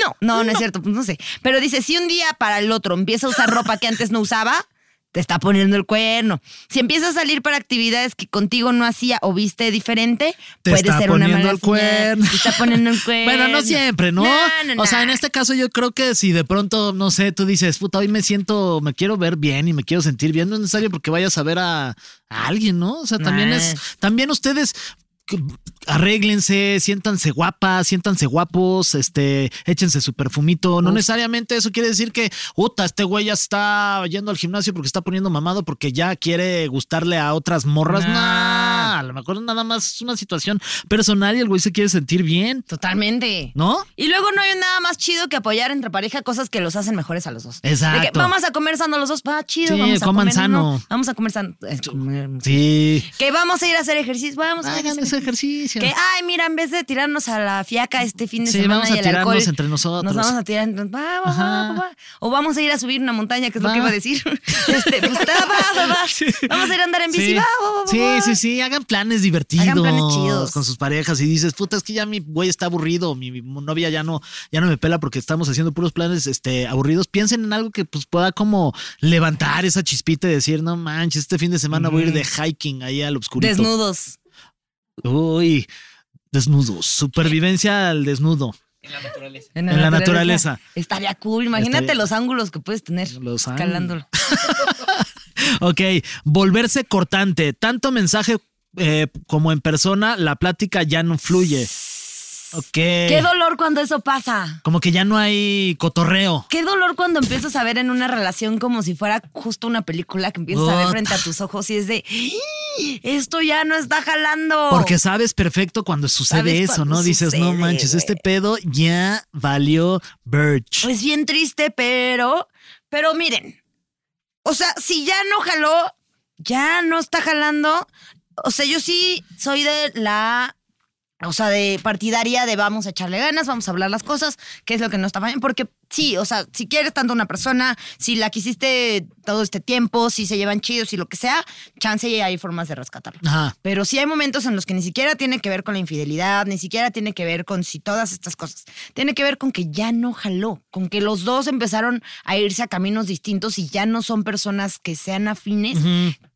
B: No.
C: no, no, no es cierto, pues no sé. Pero dice, si un día para el otro empieza a usar ropa que antes no usaba, te está poniendo el cuerno. Si empieza a salir para actividades que contigo no hacía o viste diferente,
B: Te
C: puede
B: está
C: ser una
B: poniendo
C: mala
B: el
C: señal.
B: cuerno.
C: Te está poniendo el cuerno.
B: Bueno, no siempre, ¿no?
C: No, no,
B: O sea,
C: no.
B: en este caso yo creo que si de pronto, no sé, tú dices, puta, hoy me siento, me quiero ver bien y me quiero sentir bien, no es necesario porque vayas a ver a, a alguien, ¿no? O sea, también
C: Nah.
B: es, también ustedes que- arréglense, siéntanse guapas, siéntanse guapos, este, échense su perfumito. No necesariamente eso quiere decir que, puta, este güey ya está yendo al gimnasio porque está poniendo mamado porque ya quiere gustarle a otras morras.
C: Nah.
B: Nah, a lo mejor nada más es una situación personal y el güey se quiere sentir bien.
C: Totalmente.
B: ¿No?
C: Y luego no hay nada más chido que apoyar entre pareja cosas que los hacen mejores a los dos.
B: Exacto.
C: De que vamos a comer sano los dos, va chido,
B: Sí,
C: vamos a
B: coman
C: comer
B: sano.
C: no, Vamos a comer sano. Eh, comer-
B: Sí.
C: Que vamos a ir a hacer ejercicio, vamos a
B: Hagan
C: hacer
B: ese ejercicio.
C: Que, ay, mira, en vez de tirarnos a la fiaca este fin de
B: Sí,
C: semana
B: vamos a
C: y el
B: tirarnos
C: alcohol,
B: entre nosotros.
C: Nos vamos a tirar entre va, va, va,
B: Ajá.
C: va, va. O vamos a ir a subir una montaña, que es
B: Va.
C: lo que iba a decir. Este, pues, va, va, va, va.
B: Sí.
C: Vamos a ir a andar en bici, va, va, va, va,
B: sí,
C: va.
B: sí, sí, hagan planes divertidos
C: chidos.
B: con sus parejas y dices, puta, es que ya mi güey está aburrido, mi, mi novia ya no, ya no me pela porque estamos haciendo puros planes este, aburridos. Piensen en algo que pues, pueda como levantar esa chispita y decir, no manches, este fin de semana voy a ir de hiking ahí al obscurito.
C: Desnudos.
B: Uy, desnudos. Supervivencia al desnudo. En la naturaleza.
C: Estaría cool. Imagínate
B: Estaría-
C: los ángulos que puedes tener
B: Los
C: escalándolo.
B: Ok, volverse cortante. Tanto mensaje eh, como en persona, la plática ya no fluye. Ok.
C: Qué dolor cuando eso pasa.
B: como que ya no hay cotorreo.
C: Qué dolor cuando empiezas a ver en una relación como si fuera justo una película que empiezas a ver
B: Puta.
C: frente a tus ojos y es de esto ya no está jalando.
B: Porque sabes perfecto cuando sucede
C: Sabes
B: eso,
C: cuando
B: ¿no? Dices, no
C: sucede,
B: manches,
C: güey".
B: este pedo ya valió Birch.
C: es bien triste, pero pero miren. O sea, si ya no jaló, ya no está jalando. O sea, yo sí soy de la o sea, de partidaria de vamos a echarle ganas, vamos a hablar las cosas, qué es lo que no está bien, porque sí, o sea, si quieres tanto a una persona, si la quisiste todo este tiempo, si se llevan chidos y lo que sea, chance y hay formas de rescatarlo.
B: Ajá.
C: Pero sí hay momentos en los que ni siquiera tiene que ver con la infidelidad, ni siquiera tiene que ver con si todas estas cosas. Tiene que ver con que ya no jaló, con que los dos empezaron a irse a caminos distintos y ya no son personas que sean afines.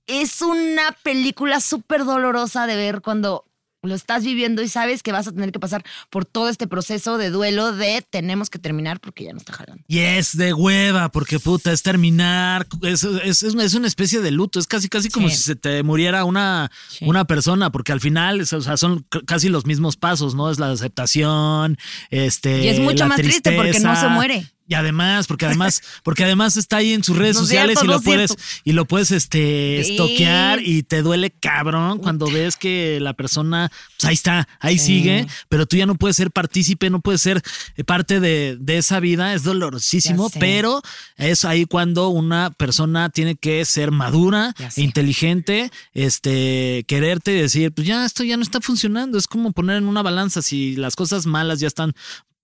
C: Es una película súper dolorosa de ver cuando lo estás viviendo y sabes que vas a tener que pasar por todo este proceso de duelo de tenemos que terminar porque ya no está jalando.
B: Y es de hueva, porque puta, es terminar, es, es, es una- es una especie de luto, es casi casi como
C: Sí.
B: si se te muriera una,
C: Sí.
B: una persona, porque al final es- o sea, son c- casi los mismos pasos, ¿no? Es la aceptación, este...
C: Y es mucho
B: la
C: más triste porque no se
B: tristeza.
C: muere.
B: Y además, porque además, porque además está ahí en sus redes
C: No es
B: sociales
C: cierto,
B: y
C: no
B: lo
C: es
B: puedes,
C: cierto.
B: y lo puedes este
C: Sí.
B: estoquear y te duele cabrón cuando ves que la persona, pues ahí está, ahí sigue, pero tú ya no puedes ser partícipe, no puedes ser eh, parte de, de esa vida, es dolorosísimo,
C: Ya sé.
B: pero es ahí cuando una persona tiene que ser madura, e
C: Ya sé.
B: inteligente, este, quererte y decir, pues ya esto ya no está funcionando, es como poner en una balanza si las cosas malas ya están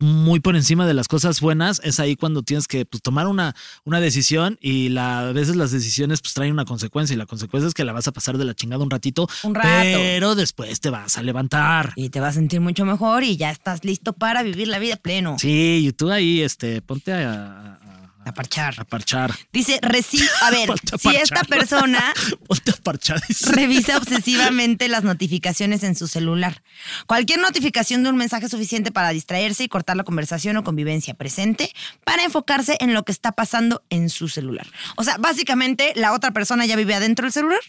B: muy por encima de las cosas buenas, es ahí cuando tienes que pues, tomar una, una decisión y la, a veces las decisiones pues traen una consecuencia y la consecuencia es que la vas a pasar de la chingada un ratito,
C: Un rato.
B: pero después te vas a levantar.
C: Y te vas a sentir mucho mejor y ya estás listo para vivir la vida pleno.
B: Sí, y tú ahí, este, ponte a, a- a- a
C: A parchar.
B: A parchar.
C: Dice, reci- a ver,
B: Ponte a
C: si esta
B: parchar.
C: persona
B: Ponte a parchar. dice.
C: revisa obsesivamente las notificaciones en su celular. Cualquier notificación de un mensaje es suficiente para distraerse y cortar la conversación o convivencia presente para enfocarse en lo que está pasando en su celular. O sea, básicamente la otra persona ya vive adentro del celular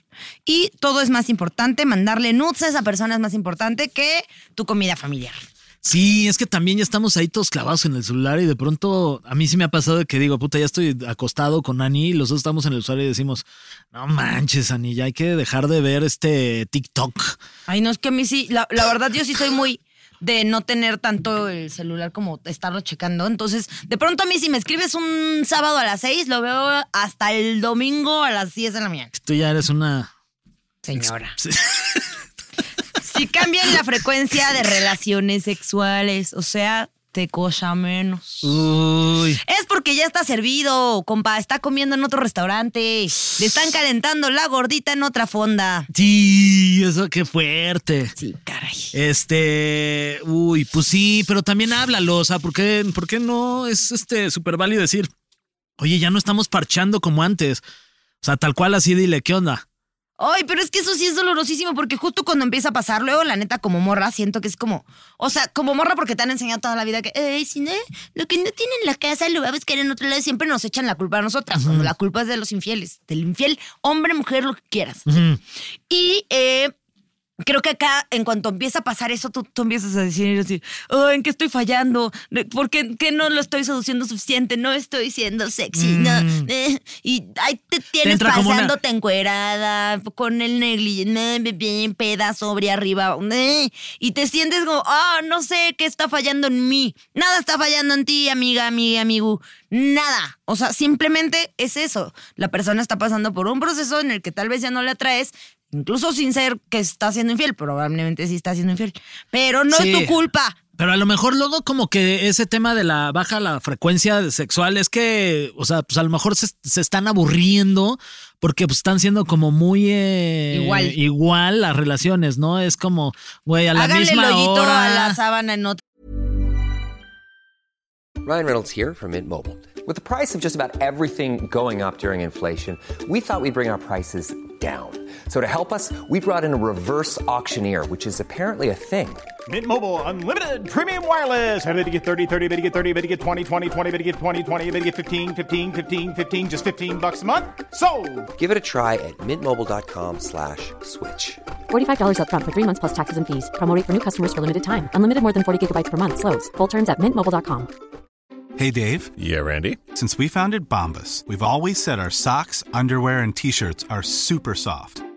C: y todo es más importante. Mandarle nudes a esa persona es más importante que tu comida familiar.
B: Sí, es que también ya estamos ahí todos clavados en el celular y de pronto a mí sí me ha pasado de que digo, puta, ya estoy acostado con Ani y los dos estamos en el usuario y decimos, no manches, Ani, ya hay que dejar de ver este TikTok.
C: Ay, no, es que a mí sí, la, la verdad yo sí soy muy de no tener tanto el celular como estarlo checando. Entonces, de pronto a mí si me escribes un sábado a las seis, lo veo hasta el domingo a las 10 de la mañana.
B: Tú ya eres una...
C: Señora.
B: Sí.
C: Si cambian la frecuencia de relaciones sexuales, o sea, te coja menos.
B: Uy.
C: Es porque ya está servido, compa, está comiendo en otro restaurante. Le están calentando la gordita en otra fonda.
B: Sí, eso qué fuerte.
C: Sí, caray.
B: Este, uy, pues sí, pero también háblalo, o sea, ¿por qué, por qué no es este súper válido decir, oye, ya no estamos parchando como antes? O sea, tal cual así dile, ¿qué onda?
C: Ay, pero es que eso sí es dolorosísimo porque justo cuando empieza a pasar, luego la neta como morra siento que es como, o sea, como morra porque te han enseñado toda la vida que, "Ey, si no, lo que no tienen en la casa lo va a buscar en otro lado, y siempre nos echan la culpa a nosotras, cuando la culpa es de los infieles, del infiel, hombre, mujer, lo que quieras.
B: Ujú.
C: Y eh, creo que acá, en cuanto empieza a pasar eso, tú, tú empiezas a decir así, "Oh, ¿en qué estoy fallando? ¿Por qué, qué no lo estoy seduciendo suficiente? No estoy siendo sexy. No. eh". y ahí te tienes
B: Mm. entra como una-
C: pasándote encuerada, con el negligente, bien peda, sobre arriba. eh, y te sientes como, ah, no sé qué está fallando en mí. Nada está fallando en ti, amiga, amiga, amigo. Nada. O sea, simplemente es eso. La persona está pasando por un proceso en el que tal vez ya no le atraes, incluso sin ser que está siendo infiel, probablemente sí está siendo infiel. Pero no
B: Sí.
C: es tu culpa.
B: Pero a lo mejor luego como que ese tema de la baja la frecuencia sexual es que, o sea, pues a lo mejor se, se están aburriendo porque pues están siendo como muy eh,
C: Igual.
B: igual las relaciones, ¿no? Es como, güey, a la
C: Háganle el
B: misma
C: hoyito
B: hora.
C: a la sábana en otro.
D: Ryan Reynolds here from Mint Mobile. With the price of just about everything going up during inflation, we thought we'd bring our prices down. So to help us, we brought in a reverse auctioneer, which is apparently a thing.
E: Mint Mobile unlimited premium wireless. Ready to get 30, 30, bet you get 30, bet you get 20, 20, 20, bet you get 20, 20, bet you get 15, 15, 15, 15 just 15 bucks a month. So,
D: Give it a try at mintmobile.com slash switch.
F: $45 up front for three months plus taxes and fees. Promo rate for new customers for limited time. Unlimited more than 40 gigabytes per month. Slows. Full terms at mintmobile.com.
G: Hey Dave,
A: Yeah, Randy.
G: since we founded Bombus, we've always said our socks, underwear, and t shirts are super soft.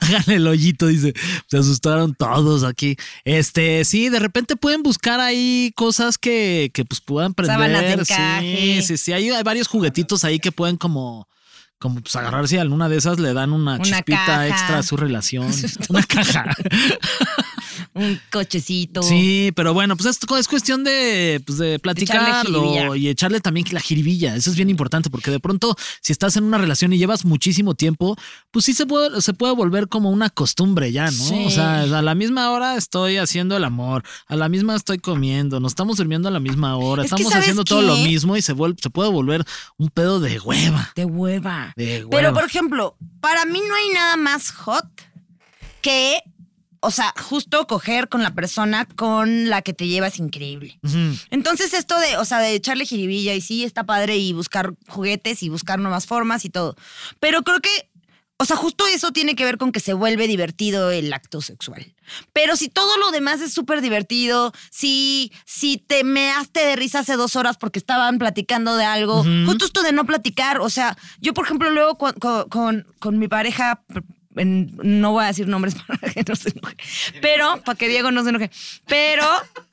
B: Háganle el hoyito, dice. Se asustaron todos aquí. Este, sí, de repente pueden buscar ahí cosas que, que pues puedan
C: Sábanas de
B: prender.
C: encaje.
B: Sí, sí, sí. Hay, hay varios juguetitos ahí que pueden como, como pues agarrarse a alguna de esas, le dan una,
C: Una
B: chispita
C: caja.
B: extra a su relación. una caja.
C: Un cochecito.
B: Sí, pero bueno, pues esto es cuestión de, pues de platicarlo
C: jiribilla.
B: y echarle también la jiribilla. Eso es bien importante porque de pronto, si estás en una relación y llevas muchísimo tiempo, pues sí se puede, se puede volver como una costumbre ya, ¿no?
C: Sí.
B: O sea, a la misma hora estoy haciendo el amor, a la misma estoy comiendo, nos estamos durmiendo a la misma hora,
C: Es que
B: estamos
C: ¿sabes
B: haciendo todo lo
C: qué?
B: mismo y se, vuel- se puede volver un pedo de hueva.
C: De hueva.
B: De
C: Pero,
B: hueva.
C: por ejemplo, para mí no hay nada más hot que, o sea, justo coger con la persona con la que te llevas increíble. Entonces, esto de, o sea, de echarle jiribilla y sí, está padre y buscar juguetes y buscar nuevas formas y todo. Pero creo que, o sea, justo eso tiene que ver con que se vuelve divertido el acto sexual. Pero si todo lo demás es súper divertido, si, si te measte de risa hace dos horas porque estaban platicando de algo, justo esto de no platicar, o sea, yo por ejemplo luego con, con- con- con mi pareja... en- no voy a decir nombres para que no se enoje, pero para que Diego no se enoje. Pero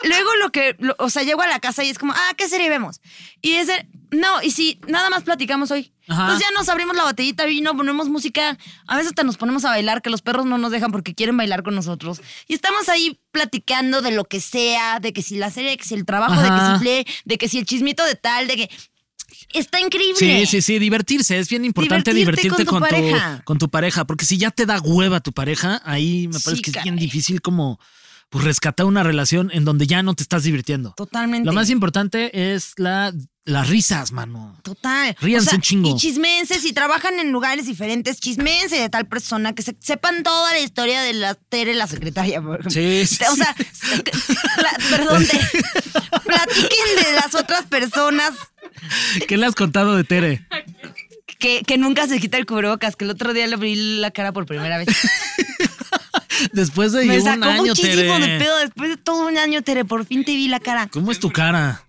C: luego lo que, lo- o sea, llego a la casa y es como, ah, ¿qué serie vemos? Y es, de, no, y si nada más platicamos hoy.
B: Ajá.
C: Entonces ya nos abrimos la botellita de vino, ponemos música. A veces hasta nos ponemos a bailar, que los perros no nos dejan porque quieren bailar con nosotros. Y estamos ahí platicando de lo que sea, de que si la serie, de que si el trabajo,
B: Ajá.
C: de que si le, de que si el chismito de tal, de que. Está increíble.
B: Sí, sí, sí, divertirse. Es bien importante
C: Divertirte
B: divertirte,
C: con
B: con,
C: tu
B: tu
C: pareja.
B: con tu pareja, porque si ya te da hueva tu pareja, ahí me
C: Sí,
B: parece que es bien
C: caray.
B: difícil como pues, rescatar una relación en donde ya no te estás divirtiendo.
C: Totalmente.
B: Lo más importante es la, las risas, mano.
C: Total.
B: Ríanse un chingo.
C: Y chismenses, si trabajan en lugares diferentes, chismense de tal persona, que se, sepan toda la historia de la Tere, la secretaria, por ejemplo.
B: Sí, sí,
C: O sea, la- perdón, de- platiquen de las otras personas
B: ¿Qué le has contado de Tere?
C: que, que nunca se quita el cubrebocas, que el otro día le abrí la cara por primera vez.
B: Después de
C: Me
B: un
C: sacó
B: año,
C: muchísimo
B: Tere.
C: de pedo después de todo un año, Tere, por fin te vi la cara.
B: ¿Cómo es tu cara?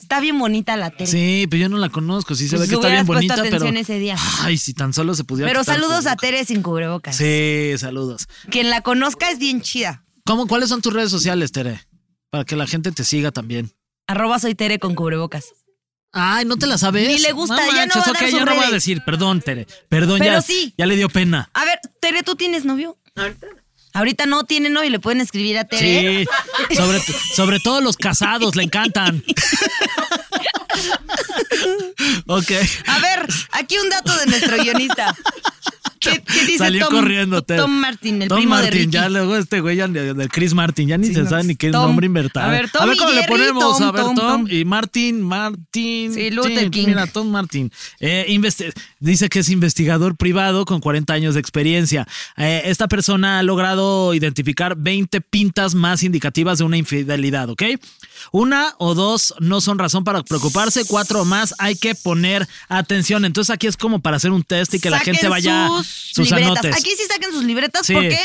C: Está bien bonita la Tere.
B: Sí, pero yo no la conozco. Sí, se
C: Pues
B: ve que
C: le
B: está bien
C: hubieras puesto
B: bonita, pero.
C: atención ese día.
B: Ay, si tan solo se pudiera.
C: Pero
B: quitar el
C: saludos a
B: cubrebocas.
C: Tere sin cubrebocas.
B: Sí, saludos.
C: Quien la conozca es bien chida.
B: ¿Cómo, ¿Cuáles son tus redes sociales, Tere? Para que la gente te siga también.
C: Arroba soy Tere con cubrebocas.
B: Ay, no te la sabes.
C: Ni le gusta, ya no va a
B: ok,
C: dar sus
B: ya no voy a
C: redes.
B: decir. Perdón, Tere. Perdón,
C: Pero
B: ya.
C: sí.
B: Ya le dio pena.
C: A ver, Tere, ¿tú tienes novio? Ahorita no tiene novio, le pueden escribir a Tere.
B: Sí. Sobre, t- sobre todo los casados, le encantan. ok.
C: A ver, aquí un dato de nuestro guionista. ¿Qué, qué dice
B: Salió
C: Tom,
B: corriendo, Tere.
C: Tom Martin, el
B: Tom
C: primo
B: Martin,
C: de Ricky?
B: ya luego este güey, ya ni- del Chris Martin, ya ni
C: Sí,
B: se
C: no,
B: sabe ni qué
C: Tom.
B: nombre inventar.
C: A ver, Tom y
B: cómo le
C: Jerry,
B: ponemos.
C: Tom,
B: a ver,
C: Tom,
B: Tom,
C: Tom.
B: y Martin, Martin.
C: Sí, Luther King.
B: Mira, Tom Martin. Eh, investi- dice que es investigador privado con 40 años de experiencia. Eh, esta persona ha logrado identificar 20 pintas más indicativas de una infidelidad, ¿ok? Una o dos no son razón para preocuparse, cuatro o más hay que poner atención. Entonces aquí es como para hacer un test y que la
C: Saquen
B: gente vaya
C: sus, libretas.
B: anotes.
C: Aquí sí saquen sus libretas
B: Sí.
C: porque...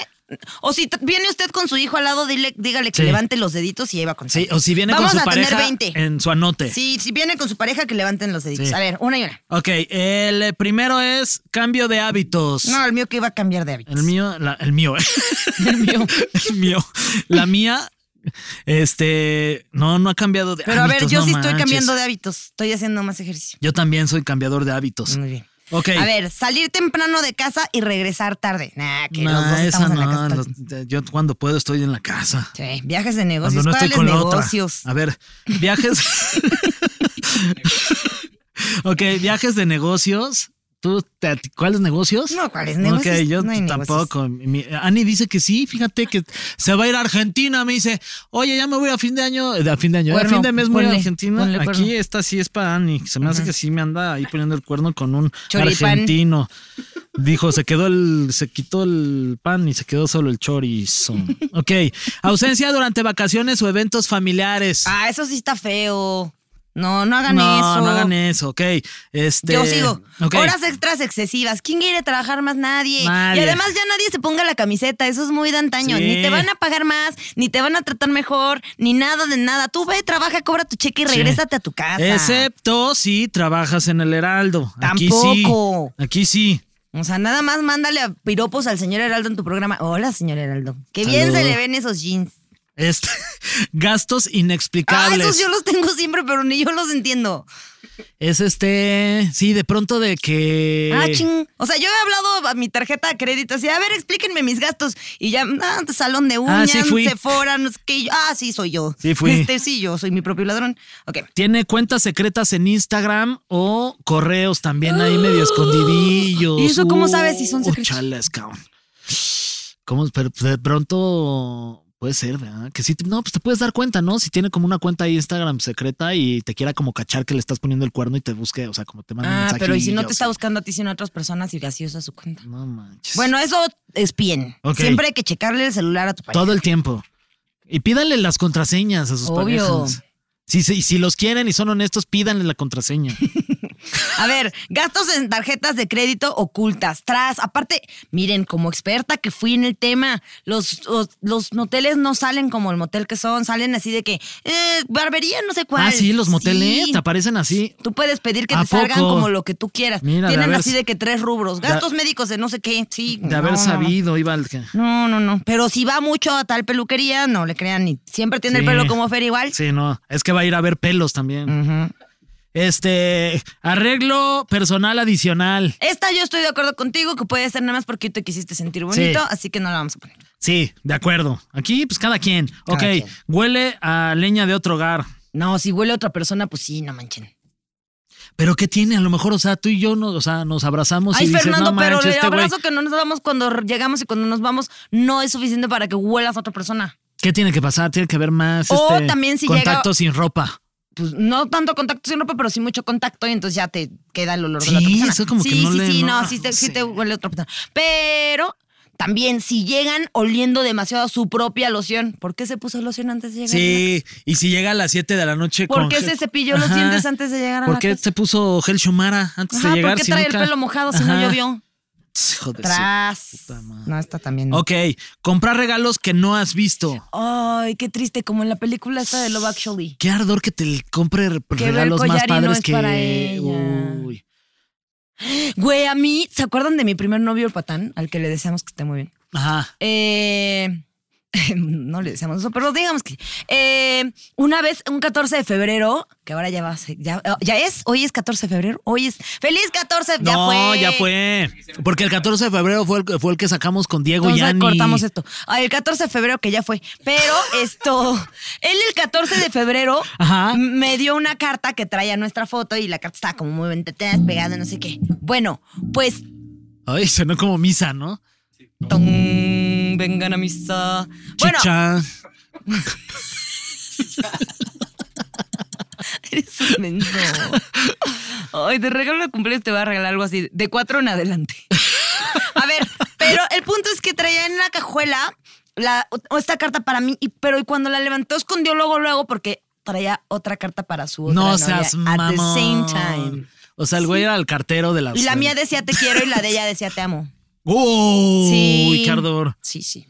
C: O si t- viene usted con su hijo al lado, dile, dígale
B: Sí.
C: que levante los deditos y ahí va con
B: Sí, o si viene
C: Vamos
B: con su
C: a tener
B: pareja
C: 20.
B: en su anote.
C: Sí, si viene con su pareja, que levanten los deditos.
B: Sí.
C: A ver, una y una.
B: Ok, el eh, primero es cambio de hábitos.
C: No, el mío que iba a cambiar de hábitos.
B: El mío, la- el mío, el mío, el mío. La mía, este, no, no ha cambiado de
C: Pero a
B: hábitos.
C: ver, yo
B: no
C: sí estoy
B: manches.
C: cambiando de hábitos. Estoy haciendo más ejercicio.
B: Yo también soy cambiador de hábitos.
C: Muy bien.
B: Ok.
C: A ver, salir temprano de casa y regresar tarde. Nah, que los
B: No,
C: dos
B: esa
C: estamos en la
B: no.
C: casa. todo el
B: los- yo cuando puedo estoy en la casa.
C: Sí, viajes de
B: Cuando
C: negocios.
B: no estoy
C: ¿Cuáles
B: con la otra. Ah.
C: negocios?
B: A ver, viajes. ok, viajes de negocios. ¿Tú, te- a ti- cuáles negocios?
C: No, ¿cuáles negocios?
B: Ok, yo
C: No hay negocios.
B: tampoco. Mi- Ani dice que sí, fíjate que se va a ir a Argentina. Me dice, oye, ya me voy a fin de año, eh, a fin de año, eh,
C: Cuerno,
B: a fin de mes voy a
C: ponle,
B: Argentina.
C: ponle
B: Aquí
C: cuerno.
B: esta sí es para Ani. Se me hace que sí me anda ahí poniendo el cuerno con un
C: Choripán.
B: argentino. Dijo, se quedó el, se quitó el pan y se quedó solo el chorizo. Ok. Ausencia durante vacaciones o eventos familiares.
C: Ah, eso sí está feo. No, no hagan
B: no,
C: eso.
B: no hagan eso. Ok. Este,
C: Yo sigo.
B: ok.
C: Horas extras excesivas. ¿Quién quiere trabajar más? Nadie.
B: Nadie.
C: Y además ya nadie se ponga la camiseta. Eso es muy de antaño.
B: Sí.
C: Ni te van a pagar más, ni te van a tratar mejor, ni nada de nada. Tú ve, trabaja, cobra tu cheque y
B: Sí.
C: regrésate a tu casa.
B: Excepto si trabajas en el Heraldo.
C: Tampoco.
B: Aquí sí. Aquí sí.
C: O sea, nada más mándale a piropos al señor Heraldo en tu programa. Hola, señor Heraldo. Qué bien
B: Saludo.
C: se le ven esos jeans.
B: Este, gastos
C: Ah,
B: inexplicables.
C: esos yo los tengo siempre, pero ni yo los entiendo.
B: Es este. Sí, de pronto de que.
C: Ah, ching. O sea, yo he hablado a mi tarjeta de crédito así, a ver, explíquenme mis gastos. Y ya, ah, salón de uñas,
B: sí fui.
C: Sephora, no sé qué. Y yo, Ah, sí, soy yo.
B: Sí fui.
C: Este, sí, yo soy mi propio ladrón. Ok.
B: Tiene cuentas secretas en Instagram o correos también ahí medio escondidillos.
C: ¿Y eso cómo sabes si son
B: Uh,
C: secretos?
B: chales, cabrón. ¿Cómo? Pero pues, de pronto puede ser, ¿verdad? Que sí, te- no, pues te puedes dar cuenta, ¿no? Si tiene como una cuenta ahí Instagram secreta y te quiera como cachar que le estás poniendo el cuerno y te busque, o sea, como te manda un
C: Ah,
B: mensaje.
C: pero ¿y si no te está buscando a ti, sino a otras personas y así usa su cuenta?
B: No manches.
C: Bueno, eso es bien.
B: Pues. Ok.
C: Siempre hay que checarle el celular a tu pareja.
B: todo el tiempo. Y pídanle las contraseñas a sus
C: Obvio.
B: parejas. Si, si, si los quieren y son honestos, pídanle la contraseña.
C: A ver, gastos en tarjetas de crédito ocultas, tras. Aparte, miren, como experta que fui en el tema, los, los, los moteles no salen como el motel que son, salen así de que, eh, barbería, no sé cuál.
B: Ah, sí, los moteles
C: Sí.
B: te aparecen así.
C: Tú puedes pedir que
B: ¿A
C: te salgan
B: poco?
C: como lo que tú quieras.
B: Mira, de
C: Tienen
B: haber-
C: así de que tres rubros.
B: de-
C: Gastos médicos de no sé qué. Sí.
B: De haber
C: no, no, no.
B: sabido, iba al que-
C: No, no, no. Pero si va mucho a tal peluquería, no le crean ni. Siempre tiene
B: Sí.
C: el pelo como Fer igual.
B: Sí, no. Es que va a ir a ver pelos también. Este, arreglo personal adicional.
C: Esta yo estoy de acuerdo contigo que puede ser nada más porque tú te quisiste sentir bonito,
B: Sí.
C: así que no la vamos a poner.
B: Sí, de acuerdo. Aquí, pues cada quien. ok,
C: quien.
B: huele a leña de otro hogar.
C: No, si huele a otra persona, pues sí, no manchen.
B: Pero ¿qué tiene? A lo mejor, o sea, tú y yo nos, o sea, nos abrazamos
C: Ay,
B: y Pues dices,
C: Fernando,
B: no
C: pero
B: manches,
C: el
B: este güey.
C: abrazo que no nos damos cuando llegamos y cuando nos vamos no es suficiente para que huelas a otra persona.
B: ¿Qué tiene que pasar? Tiene que haber más
C: O
B: este,
C: también si
B: contacto
C: llega-
B: sin ropa.
C: Pues no tanto contacto sin ropa, pero sí mucho contacto y entonces ya te queda el olor
B: Sí,
C: de la otra persona.
B: eso como que
C: sí,
B: no
C: sí,
B: le-
C: sí, no,
B: no, ah,
C: sí,
B: no
C: te, sí
B: sé.
C: te huele a otra persona. Pero también si llegan oliendo demasiado su propia loción, ¿por qué se puso loción antes de llegar?
B: Sí, y si llega a las 7 de la noche
C: ¿Por
B: con
C: qué
B: gel-
C: se cepilló los dientes antes de llegar a
B: ¿Por
C: la
B: qué
C: casa?
B: se puso gel Shomara antes
C: Ajá,
B: de llegar?
C: ¿Por qué
B: si
C: trae el
B: nunca-
C: pelo mojado si
B: Ajá. Pues
C: no llovió?
B: Hijo de su-
C: Tras. No, esta también. no.
B: Ok, comprar regalos que no has visto.
C: Ay, qué triste, como en la película esta de Love Actually.
B: Qué ardor que te compre re-
C: ve el
B: regalos más
C: collar y no
B: padres
C: es
B: que.
C: para ella.
B: Uy.
C: Güey, a mí, ¿se acuerdan de mi primer novio, el patán, al que le deseamos que esté muy bien?
B: Ajá.
C: Eh, no le deseamos eso, pero digamos que sí. Eh, una vez, un 14 de febrero, que ahora ya va a ser- ya, oh, ya es, hoy es 14 de febrero, hoy es. ¡Feliz 14! Ya
B: no,
C: fue.
B: ya fue. Porque el 14 de febrero fue el, fue el que sacamos con Diego y
C: Entonces
B: Yanni.
C: cortamos esto. Ah, el 14 de febrero que ya fue. Pero esto, él el 14 de febrero
B: Ajá.
C: m- me dio una carta que traía nuestra foto y la carta estaba como muy venteteada, pegada, no sé qué. Bueno, pues
B: Ay, sonó como misa, ¿no?
C: ton, Mm, vengan a misa. Bueno,
B: Chicha.
C: eres inmenso. Ay, te regalo de cumpleaños, te voy a regalar algo así, de cuatro en adelante. A ver, pero el punto es que traía en la cajuela la, o- esta carta para mí, y, pero y cuando la levantó escondió luego, luego, porque traía otra carta para su otra
B: no
C: novia
B: seas
C: at the same
B: mamón.
C: time.
B: O sea, el güey era el cartero de las.
C: Y la mía decía te quiero y la de ella decía te amo.
B: Uy,
C: Sí.
B: qué ardor.
C: Sí, sí.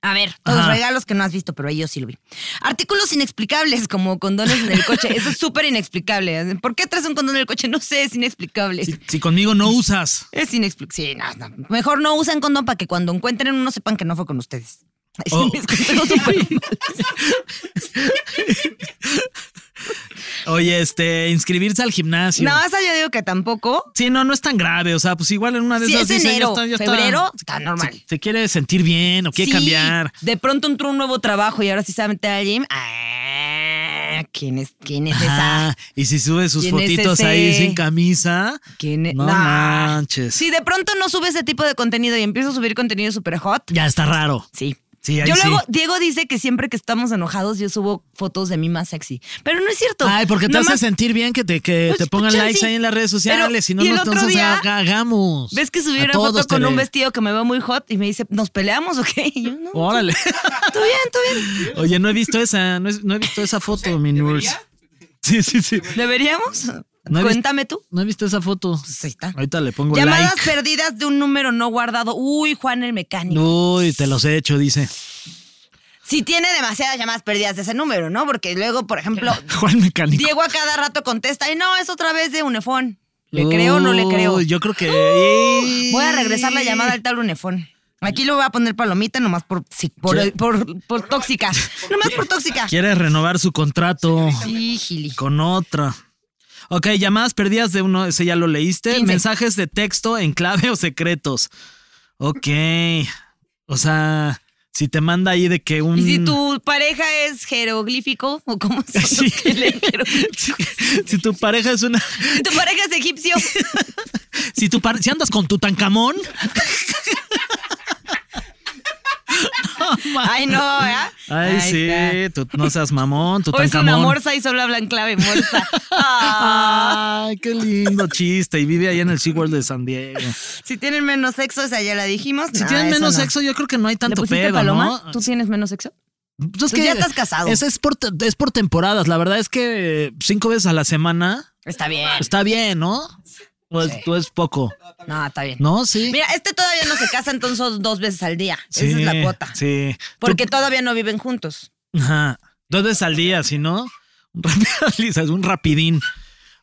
C: A ver, todos
B: Ajá.
C: regalos que no has visto, pero ahí yo sí lo vi. Artículos inexplicables, como condones en el coche. Eso es súper inexplicable. ¿Por qué traes un condón en el coche? No sé, es inexplicable.
B: Si, si conmigo no usas.
C: Es inexplicable. Sí, no, no. Mejor no usen condón para que cuando encuentren uno sepan que no fue con ustedes. Ay, sí,
B: Oh.
C: mis consejos súper malos.
B: Oye, este, inscribirse al gimnasio.
C: No, esa yo digo que tampoco.
B: Sí, no, no es tan grave. O sea, pues igual en una de
C: Si
B: esas
C: es
B: dice, ya
C: enero,
B: está- ya está-
C: febrero, está normal.
B: Se, se quiere sentir bien o quiere
C: Sí,
B: cambiar.
C: De pronto entró un nuevo trabajo y ahora sí se va a meter al gym. Ah, ¿Quién es, quién es esa?
B: Ajá. Y si sube sus
C: ¿Quién es
B: fotitos
C: ese?
B: ahí sin camisa.
C: ¿Quién es?
B: No
C: Nah.
B: manches.
C: Si de pronto no sube ese tipo de contenido y empiezo a subir contenido super hot,
B: Ya está raro.
C: sí.
B: Sí, ahí
C: yo luego,
B: sí.
C: Diego dice que siempre que estamos enojados, yo subo fotos de mí más sexy. Pero no es cierto.
B: Ay, porque te
C: Nada
B: hace
C: más-
B: sentir bien que te, que
C: Pues,
B: te pongan
C: chance.
B: likes ahí en las redes sociales.
C: Pero,
B: Si no,
C: y el
B: no
C: otro
B: entonces
C: día,
B: haga- hagamos.
C: ¿Ves que subí
B: A
C: una
B: todos
C: foto con
B: te
C: un
B: ve.
C: vestido que me veo muy hot y me dice, ¿nos peleamos o qué? Y yo, no.
B: Órale.
C: Tú bien, tú bien.
B: Oye, no he visto esa, no, he- no he visto esa foto, mi Nurs. Sí, sí, sí.
C: ¿Deberíamos?
B: No he
C: Cuéntame tú.
B: No he visto esa foto.
C: Pues ahí está.
B: Ahorita le pongo
C: Llamadas
B: like.
C: perdidas de un número no guardado. Uy, Juan el mecánico.
B: Uy, te los he hecho, dice.
C: Si tiene demasiadas llamadas perdidas de ese número, ¿no? Porque luego, por ejemplo,
B: Juan Mecánico.
C: Diego a cada rato contesta y no, es otra vez de Unefón. ¿Le creo o no le creo? ¡Uh!
B: Uy, Yo creo que.
C: Voy a regresar la llamada al tal Unefón. Aquí lo voy a poner palomita nomás por, sí, por,
B: ¿Qué?
C: por, por, tóxica. Nomás por tóxica.
B: Quiere renovar su contrato
C: Sí, Gili.
B: con otra. Ok, llamadas perdidas de uno, ese ya lo leíste.
C: 15.
B: Mensajes de texto en clave o secretos. Ok. O sea, si te manda ahí de que un.
C: Y si tu pareja es jeroglífico, o cómo se
B: Sí.
C: Si
B: Si tu pareja es una.
C: tu pareja es egipcio,
B: Si, tu par- si andas con tu tancamón.
C: ay no, ¿verdad?
B: Ay,
C: Ahí está.
B: sí, tú no seas mamón, tu
C: O es
B: tancamón.
C: una morsa y solo hablan clave morsa. Ah.
B: Ay, qué lindo chiste. Y vive allá en el SeaWorld de San Diego.
C: Si tienen menos sexo, esa ya la dijimos.
B: Si
C: No,
B: tienen
C: Ah, eso
B: menos
C: no.
B: sexo, yo creo que no hay
C: ¿Le
B: tanto
C: pusiste
B: pedo,
C: paloma?
B: ¿no?
C: ¿Tú tienes menos sexo?
B: Pues
C: tú ya estás casado.
B: Es, es por, es por temporadas. La verdad es que cinco veces a la semana
C: Está bien.
B: está bien, ¿no? Pues tú es poco,
C: No, está bien.
B: ¿no? Sí.
C: Mira, este todavía no se casa, entonces son dos veces al día.
B: Sí,
C: Esa es la cuota.
B: Sí.
C: Porque todavía no viven juntos.
B: Ajá. Dos veces al día, si no, un rapidín, un rapidín.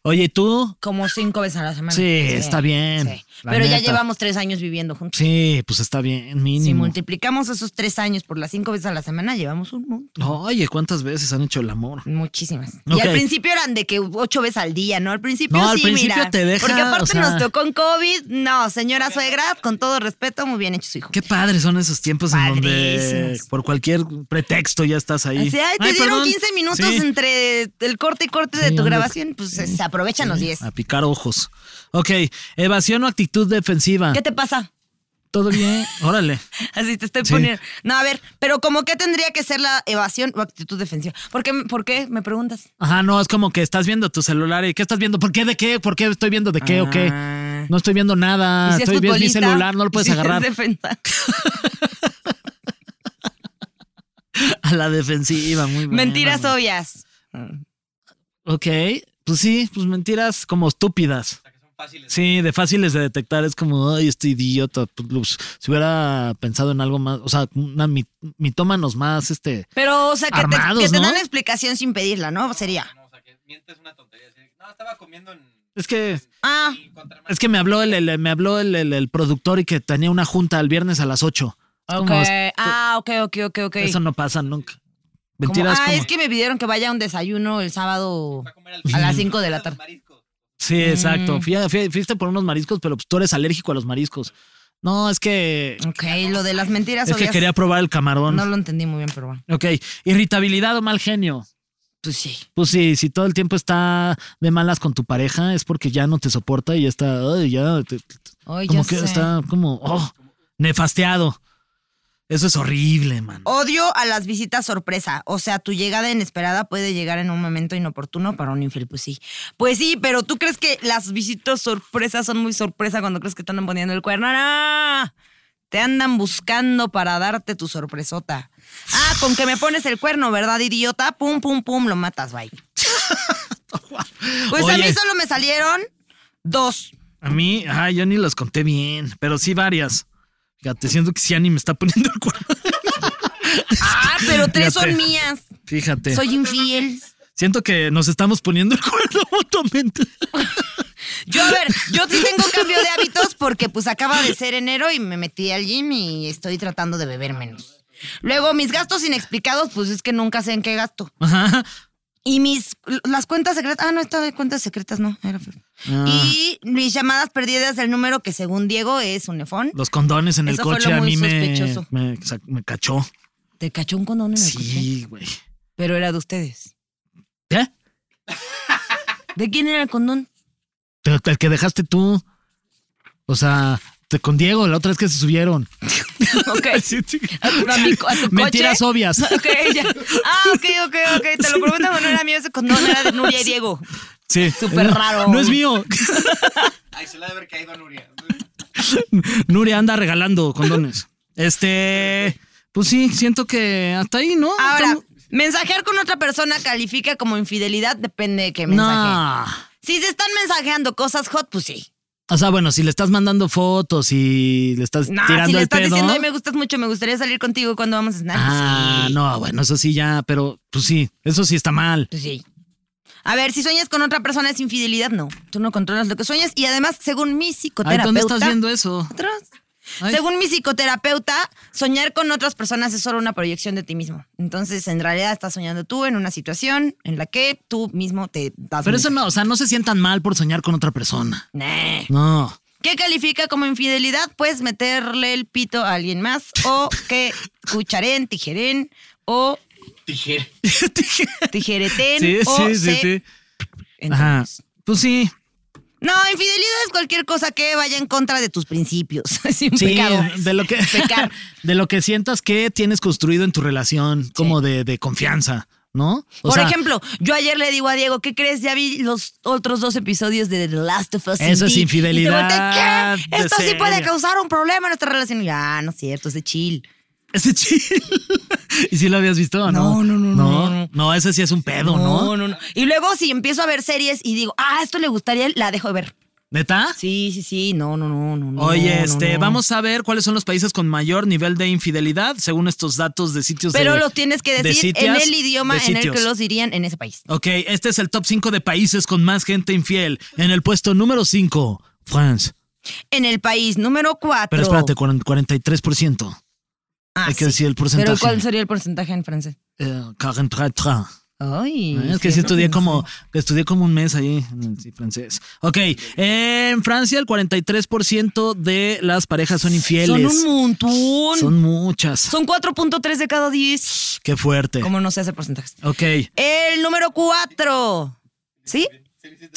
B: Oye, ¿y tú?
C: Como cinco veces a la semana.
B: Sí, está bien.
C: sí.
B: La
C: Pero ya
B: neta.
C: llevamos tres años viviendo juntos.
B: Sí, pues está bien, mínimo.
C: Si multiplicamos esos tres años por las cinco veces a la semana, llevamos un montón.
B: Oye, ¿cuántas veces han hecho el amor?
C: Muchísimas. Y
B: Ok.
C: al principio eran de que ocho veces al día, ¿no? Al principio
B: No, al
C: sí,
B: principio
C: mira.
B: te deja,
C: porque aparte
B: o sea-
C: nos tocó en COVID. No, señora suegra, con todo respeto, muy bien hecho su hijo.
B: Qué padres son esos tiempos en donde
C: Padrísimos.
B: por cualquier pretexto ya estás ahí.
C: Así, ay, te
B: Ay,
C: dieron
B: perdón.
C: 15 minutos
B: Sí,
C: entre el corte y corte de
B: Sí,
C: tu
B: ando-
C: grabación, pues se aprovechan los 10.
B: A picar ojos. Ok, evasión o actitud defensiva.
C: ¿Qué te pasa?
B: Todo bien. Órale.
C: Así te estoy
B: Sí.
C: poniendo. No, a ver, pero como qué tendría que ser la evasión o actitud defensiva. ¿Por qué, por qué me preguntas?
B: Ajá, no, es como que estás viendo tu celular y ¿qué estás viendo? ¿Por qué? ¿De qué? ¿Por qué estoy viendo de qué o qué? No estoy viendo nada.
C: Ah. Y si es
B: Ah, estoy viendo mi
C: futbolista,
B: celular, no
C: y
B: lo puedes
C: si es
B: agarrar.
C: defensa.
B: A la defensiva, muy bien.
C: Mentiras obvias.
B: Ok, pues sí, pues mentiras como estúpidas. Sí, de fáciles de detectar. Es como, ay, este idiota. Pues, si hubiera pensado en algo más, o sea, una mit- mitómanos más, este.
C: Pero, o sea, que,
B: Armados,
C: te, que te
B: ¿no?
C: dan la explicación sin pedirla, ¿no? Sería.
B: Es que,
C: Ah,
B: es que me habló el, el- me habló el, el- el productor y que tenía una junta el viernes a las 8.
C: ok. Ah, ok, ok, ok, ok.
B: Eso no pasa nunca.
C: Como,
B: Mentiras
C: ah,
B: como-
C: es que me pidieron que vaya a un desayuno el sábado a las 5 de la tarde.
B: Sí,
C: Mm.
B: exacto. Fui a- fui- fuiste por unos mariscos, pero pues, tú eres alérgico a los mariscos. No, es que.
C: Ok, lo de las mentiras
B: Es que
C: obvias.
B: quería probar el camarón.
C: No lo entendí muy bien, pero bueno.
B: Ok. Irritabilidad o mal genio.
C: Pues sí.
B: Pues sí, si todo el tiempo está de malas con tu pareja, es porque ya no te soporta y ya está, ay, ya, te-
C: Ay,
B: como
C: ya
B: que
C: sé.
B: está como, oh, nefasteado. Eso es horrible, man.
C: Odio a las visitas sorpresa. O sea, tu llegada inesperada puede llegar en un momento inoportuno para un infiel. Pues sí. Pues sí, pero ¿tú crees que las visitas sorpresas son muy sorpresa cuando crees que te andan poniendo el cuerno? ¡No! Te andan buscando para darte tu sorpresota. Ah, con que me pones el cuerno, ¿verdad, idiota? Pum, pum, pum, lo matas, bye. Pues a
B: Oye.
C: mí solo me salieron dos.
B: A mí, ay, yo ni los conté bien, pero sí varias. Fíjate, siento que Siani me está poniendo el cuerno.
C: Ah, pero tres son
B: Fíjate.
C: mías.
B: Fíjate.
C: Soy infiel.
B: Siento que nos estamos poniendo el cuerno mutuamente.
C: Yo, a ver, yo sí tengo cambio de hábitos porque pues acaba de ser enero y me metí al gym y estoy tratando de beber menos. Luego, mis gastos inexplicados, pues es que nunca sé en qué gasto.
B: Ajá.
C: Y mis, las cuentas secretas, ah, no, esta de cuentas secretas no, era Fer. Y mis llamadas perdidas del número que según Diego es un nefón.
B: Los condones en el
C: Eso fue
B: coche
C: lo
B: a
C: muy
B: mí me,
C: sospechoso.
B: me, sa- me cachó.
C: Te cachó un condón en el coche,
B: Sí, güey.
C: pero era de ustedes.
B: ¿Qué?
C: ¿De quién era el condón?
B: Pero el que dejaste tú. O sea, te- con Diego, la otra vez que se subieron.
C: Ok.
B: Sí, sí.
C: ¿A tu- a mi co- a tu coche?
B: Mentiras obvias.
C: Ok, ya. Ah, ok, ok, ok. Te lo prometo que no era mío ese condón, era de Nuria y Diego.
B: Sí.
C: Súper raro.
B: No es mío. Nuria anda regalando condones. Este. Pues sí, siento que hasta ahí, ¿no?
C: Ahora,
B: Como-
C: mensajear con otra persona califica como infidelidad, depende de qué mensaje.
B: No.
C: Si se están mensajeando cosas hot, pues sí.
B: O sea, bueno, si le estás mandando fotos y le estás
C: No,
B: tirando
C: si le
B: el
C: estás
B: pedo.
C: diciendo, "Ay, me gustas mucho, me gustaría salir contigo cuando vamos a cenar.
B: Ah,
C: sí.
B: no, bueno, eso sí ya, pero pues sí, eso sí está mal.
C: Pues sí. A ver, si sueñas con otra persona es infidelidad, no. Tú no controlas lo que sueñas y además, según mi
B: Ay,
C: psicoterapeuta,
B: ¿Dónde estás viendo eso?
C: atrás.
B: Ay.
C: Según mi psicoterapeuta, soñar con otras personas es solo una proyección de ti mismo. Entonces, en realidad estás soñando tú en una situación en la que tú mismo te das
B: Pero eso
C: mensaje.
B: no, o sea, no se sientan mal por soñar con otra persona.
C: Nah.
B: No.
C: ¿Qué califica como infidelidad? Pues meterle el pito a alguien más o que cucharen, tijeren o tijereten o se-
B: Ajá. Pues sí.
C: No, infidelidad es cualquier cosa que vaya en contra de tus principios. Es un
B: Sí,
C: pecado.
B: de lo que
C: Pecar.
B: de lo que sientas que tienes construido en tu relación, como de, de confianza, ¿no? O
C: Por
B: sea,
C: ejemplo, yo ayer le digo a Diego, ¿qué crees? Ya vi los otros dos episodios de The Last of Us. sin
B: Eso es
C: ti".
B: infidelidad
C: Y te volteé, ¿qué?
B: de
C: Esto sí
B: serie.
C: puede causar un problema en nuestra relación. Y yo, ah, no es cierto, es de chill.
B: ese chill. ¿Y si lo habías visto o no?
C: No, no,
B: No,
C: no, no, no.
B: no, ese sí es un pedo, ¿no?
C: no, no. Y luego si empiezo a ver series y digo, ah, esto le gustaría, la dejo de ver.
B: ¿Neta?
C: Sí, sí, sí, no, no, no, no. no,
B: Oye,
C: no,
B: este,
C: no.
B: vamos a ver cuáles son los países con mayor nivel de infidelidad según estos datos de sitios
C: Pero
B: de-
C: lo tienes que
B: de
C: decir en
B: sitios-
C: el idioma
B: de
C: en el que
B: sitios.
C: los dirían en ese país.
B: Ok, este es el top 5 de países con más gente infiel. En el puesto número 5, France.
C: En el país número cuatro.
B: Pero espérate, cuaren- 43%.
C: Ah,
B: hay que
C: sí.
B: decir el porcentaje.
C: Pero ¿cuál sería el porcentaje en francés?
B: Eh, 43.
C: Ay.
B: Ah, Es que sí estudié como, que estudié como un mes allí en el- sí, francés. Ok, en Francia el 43% de las parejas son infieles.
C: Son un montón. Son,
B: Son muchas.
C: 4.3 de cada 10.
B: Qué fuerte.
C: ¿Cómo no se hace porcentajes?
B: Ok,
C: El número 4. ¿Sí?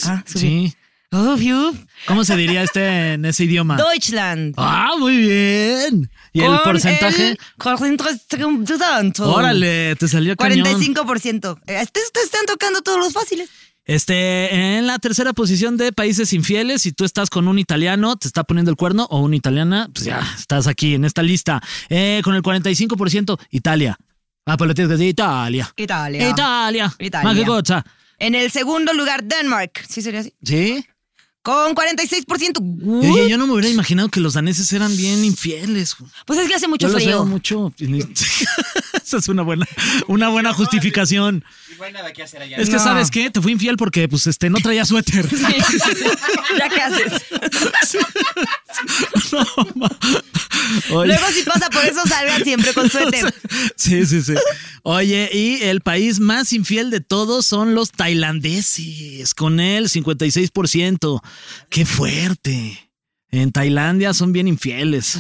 C: Ah, subí.
B: sí.
C: Oh, view.
B: ¿Cómo se diría este en ese idioma?
C: Deutschland.
B: Ah, muy bien. ¿Y el
C: Con
B: porcentaje?
C: el 43%.
B: Órale, te salió cañón.
C: 45%. Eh, este- te están tocando todos los fáciles.
B: Este, en la tercera posición de países infieles, si tú estás con un italiano, te está poniendo el cuerno, o una italiana, pues ya estás aquí en esta lista. Eh, con el 45%, Italia. Ah, pues lo tienes que decir Italia.
C: Italia.
B: Italia.
C: Italia.
B: Más que cosa.
C: ah. En el segundo lugar, Denmark. Sí, sería así.
B: ¿Sí?
C: Con 46%.
B: Oye, yo no me hubiera imaginado que los daneses eran bien infieles.
C: Uh, Pues es que hace mucho
B: yo los veo
C: frío.
B: mucho. Esa es una buena, una buena justificación. Es que,
C: No.
B: ¿sabes qué? Te fui infiel porque, pues, este, no traía suéter.
C: ya qué haces.
B: No, ma. Oye.
C: Luego si pasa por eso salgan siempre con suéter.
B: Sí, sí, sí. Oye, y el país más infiel de todos son los tailandeses, con el 56%. ¡Qué fuerte! En Tailandia son bien infieles.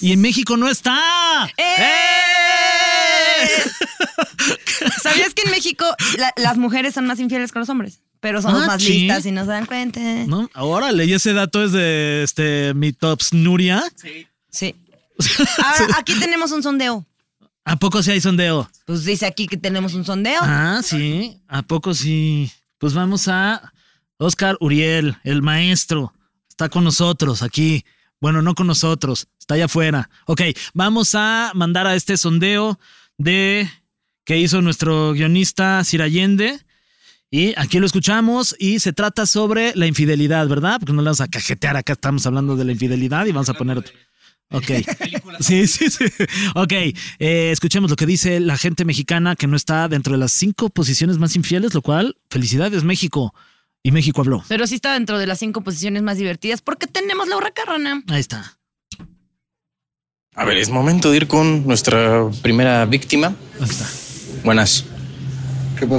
B: Y en México no está.
C: ¡Eh! ¿Sabías que en México la- las mujeres son más infieles que los hombres? Pero somos
B: Ah,
C: más
B: sí.
C: listas y no se dan cuenta.
B: No, órale, y ese dato es de este mi tops Nuria.
C: Sí. Ahora, aquí tenemos un sondeo.
B: ¿A poco sí hay sondeo?
C: Pues dice aquí que tenemos un sondeo.
B: Ah, sí. ¿A poco sí? Pues vamos a Oscar Uriel, el maestro. Está con nosotros aquí. Bueno, no con nosotros. Está allá afuera. Ok, vamos a mandar a este sondeo de que hizo nuestro guionista Sir Allende. Y aquí lo escuchamos y se trata sobre la infidelidad, ¿verdad? Porque no la vamos a cajetear. Acá estamos hablando de la infidelidad y vamos a poner otro. Ok. Sí, sí, sí. Ok, eh, escuchemos lo que dice la gente mexicana que no está dentro de las cinco posiciones más infieles, lo cual, felicidades México. Y México habló.
C: Pero sí está dentro de las cinco posiciones más divertidas porque tenemos la hurracarrana.
B: Ahí está.
H: A ver, es momento de ir con nuestra primera víctima.
B: Ahí está.
H: Buenas.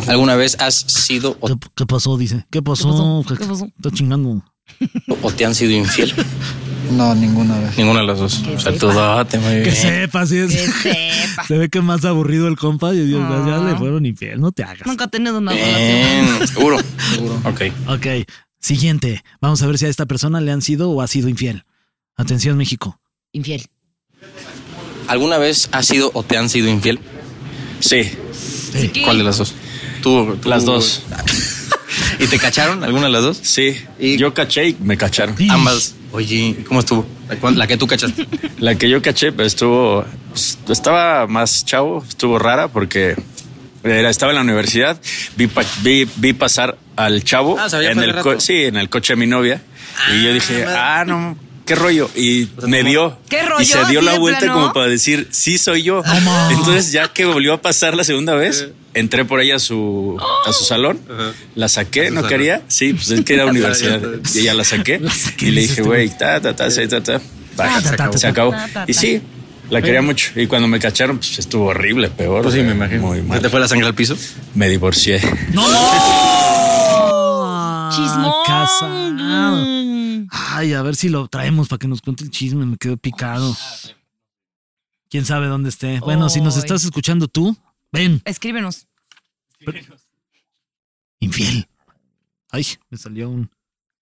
H: ¿Alguna vez has sido o,
B: ¿Qué, qué pasó? Dice. ¿Qué pasó?
C: pasó? ¿Qué pasó?
B: Está chingando.
H: o te han sido infiel?
I: No, ninguna vez.
H: Ninguna de las dos. O sea, tú date muy
B: Que
H: bien.
B: sepa, sí pues. es.
C: Eh. Que sepa. Ah.
B: Se ve que más aburrido el compa. Y Dios, ya le fueron infiel, no te hagas.
C: Nunca he tenido una relación.
H: Bien, seguro. Seguro. Ok.
B: Ok, siguiente. Vamos a ver si a esta persona le han sido o ha sido infiel. Atención, México.
C: Infiel.
H: ¿Alguna vez has sido o te han sido infiel? Sí.
C: ¿Qué?
H: ¿Cuál de las dos? Tú, las dos. ¿Y te cacharon alguna de las dos? Sí.
J: Yo caché y me cacharon.
H: Ambas. Oye, ¿y ¿cómo estuvo? ¿La cuál- La que tú cachaste.
J: La que yo caché pues, estuvo, estaba más chavo, estuvo rara porque era, estaba en la universidad, vi, pa- vi, vi pasar al chavo
H: Ah, o sea, ya
J: en,
H: fue hace
J: el co-
H: rato.
J: sí, en el coche de mi novia y yo dije, ah, no, qué rollo. Y me vio
C: ¿Qué rollo?
J: y se dio
C: ¿Así
J: la
C: de
J: vuelta
C: plano?
J: como para decir, sí, soy yo. Entonces ya que volvió a pasar la segunda vez, entré por ella a su, a su salón, la saqué, no quería, sí, pues es que era universidad y ya la saqué, y le dije, güey, ta, ta, ta, ta, ta, ta. Baja,
B: Ah, Ta, ta, ta,
J: se
B: ta.
J: acabó.
C: Ta, ta, ta.
J: Y sí, la quería mucho. Y cuando me cacharon, pues estuvo horrible, peor. Pues sí, me imagino. Muy
H: ¿Se
J: mal.
H: te fue la sangre al piso?
J: Me divorcié.
B: ¡No! Ah,
C: Chismón.
B: Casado.
C: Mm.
B: Ay, a ver si lo traemos para que nos cuente el chisme, me quedo picado. Quién sabe dónde esté. Bueno, si nos
C: Ay.
B: estás escuchando tú, ven,
C: Escríbenos.
B: infiel. Ay, me salió un.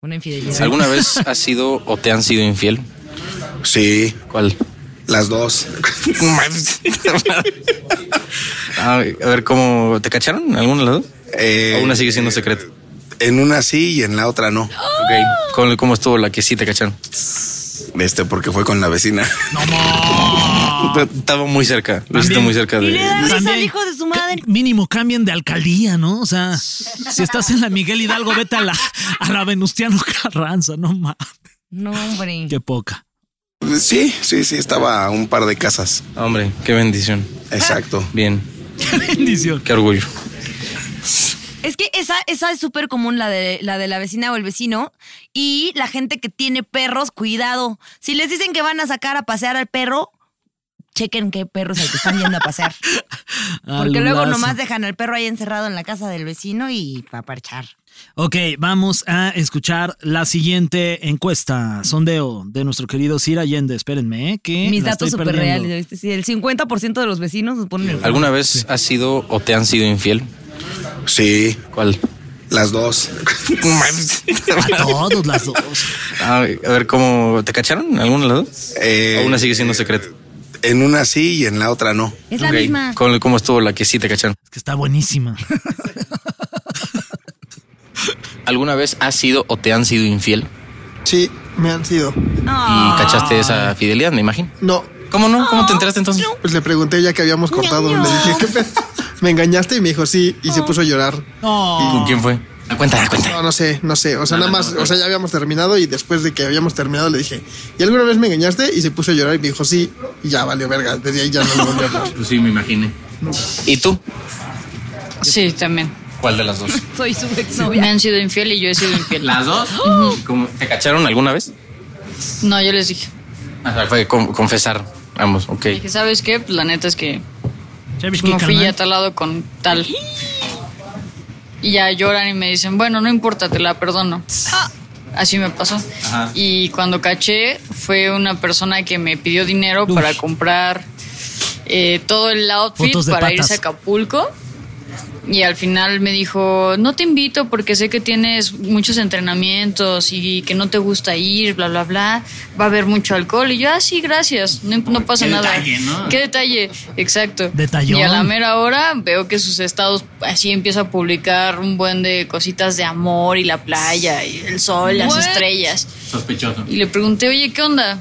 C: Una infidelidad.
H: ¿Alguna vez has sido o te han sido infiel?
I: Sí,
H: ¿Cuál?
I: las dos.
H: Ah, a ver, ¿cómo te cacharon? ¿Alguna de las dos?
I: Eh,
H: ¿O una sigue siendo secreto?
I: En Eh, una sí y en la otra no.
H: Ok. ¿Cómo, cómo estuvo la que sí te cacharon?
I: Este, porque fue con la vecina.
H: Estaba muy cerca. Luis está
I: También.
H: muy cerca
C: Y le
H: de.
C: da risa al
B: También.
C: hijo de su madre.
B: Mínimo cambien de alcaldía, ¿no? O sea, si estás en la Miguel Hidalgo, vete a la, a la Venustiano Carranza, no mames.
C: No, hombre.
B: Qué poca.
I: Sí, sí, sí, estaba a un par de casas.
H: Hombre, qué bendición.
I: Exacto.
H: Bien.
B: Qué bendición.
H: Qué orgullo.
C: Es que esa, esa es súper común, la de, la de la vecina o el vecino. Y la gente que tiene perros, cuidado. Si les dicen que van a sacar a pasear al perro, chequen qué perros al que están yendo a pasear. Porque
B: Al
C: luego
B: lazo.
C: nomás dejan al perro ahí encerrado en la casa del vecino y para parchar.
B: Ok, vamos a escuchar la siguiente encuesta, sondeo de nuestro querido Cira Allende. Espérenme, ¿eh? que
C: Mis
B: la
C: datos
B: estoy
C: súper
B: perdiendo.
C: reales, ¿viste? Sí, el 50% de los vecinos nos ponen el
H: ¿Alguna vez has sido o te han sido infiel?
I: Sí.
H: ¿Cuál?
I: Las dos.
B: A todos las dos.
H: Ah, a ver, ¿cómo te cacharon? ¿Alguna de las dos? ¿O una sigue siendo secreto?
I: En una sí y en la otra no.
C: Es la misma.
H: ¿Cómo, cómo estuvo la que sí te cacharon?
B: Que está buenísima.
H: ¿Alguna vez has sido o te han sido infiel?
K: Sí, me han sido.
H: Y cachaste esa fidelidad, me imagino.
K: No.
H: ¿Cómo no? ¿Cómo te enteraste entonces?
K: Pues le pregunté ya que habíamos cortado. Le dije, ¿qué pedo? ¿Me engañaste? Y me dijo, sí. Y se puso a llorar.
H: ¿Con quién fue? Da Ah, cuenta, da cuenta.
K: No, no sé, no sé. O sea,
H: No,
K: nada
H: no,
K: más,
H: no, no.
K: o sea, ya habíamos terminado y después de que habíamos terminado le dije, ¿y alguna vez me engañaste? Y se puso a llorar y me dijo, sí. Y ya valió verga. Desde ahí ya no lo volví a hablar.
H: sí, me imaginé. ¿Y tú?
L: Sí, también.
H: ¿Cuál de las dos?
L: Soy su exnovia. Me han sido infiel y yo he sido infiel.
H: ¿Las dos? ¿Cómo- ¿Te cacharon alguna vez?
L: No, yo les dije.
H: O sea, fue con- confesar ambos, ok.
L: Dije, ¿sabes qué? Pues la neta es que
B: ¿Sabes
L: me fui
H: carnal?
L: a tal lado con tal. Y ya lloran y me dicen, bueno, no importa, te la perdono. Ah, así me pasó.
M: Ajá.
L: Y cuando caché, fue una persona que me pidió dinero para comprar eh, todo el outfit
M: Fotos de
L: para
M: patas.
L: irse a Acapulco. Y al final me dijo, no te invito porque sé que tienes muchos entrenamientos y que no te gusta ir, bla, bla, bla. Va a haber mucho alcohol. Y yo, ah, sí, gracias. No, no pasa
M: Qué
L: nada.
M: detalle, ¿no?
L: Qué detalle, exacto.
B: Detallón.
L: Y a la mera hora veo que sus estados así empieza a publicar un buen de cositas de amor y la playa y el sol, las
M: What?
L: estrellas.
H: Sospechoso.
L: Y le pregunté, oye, ¿qué onda?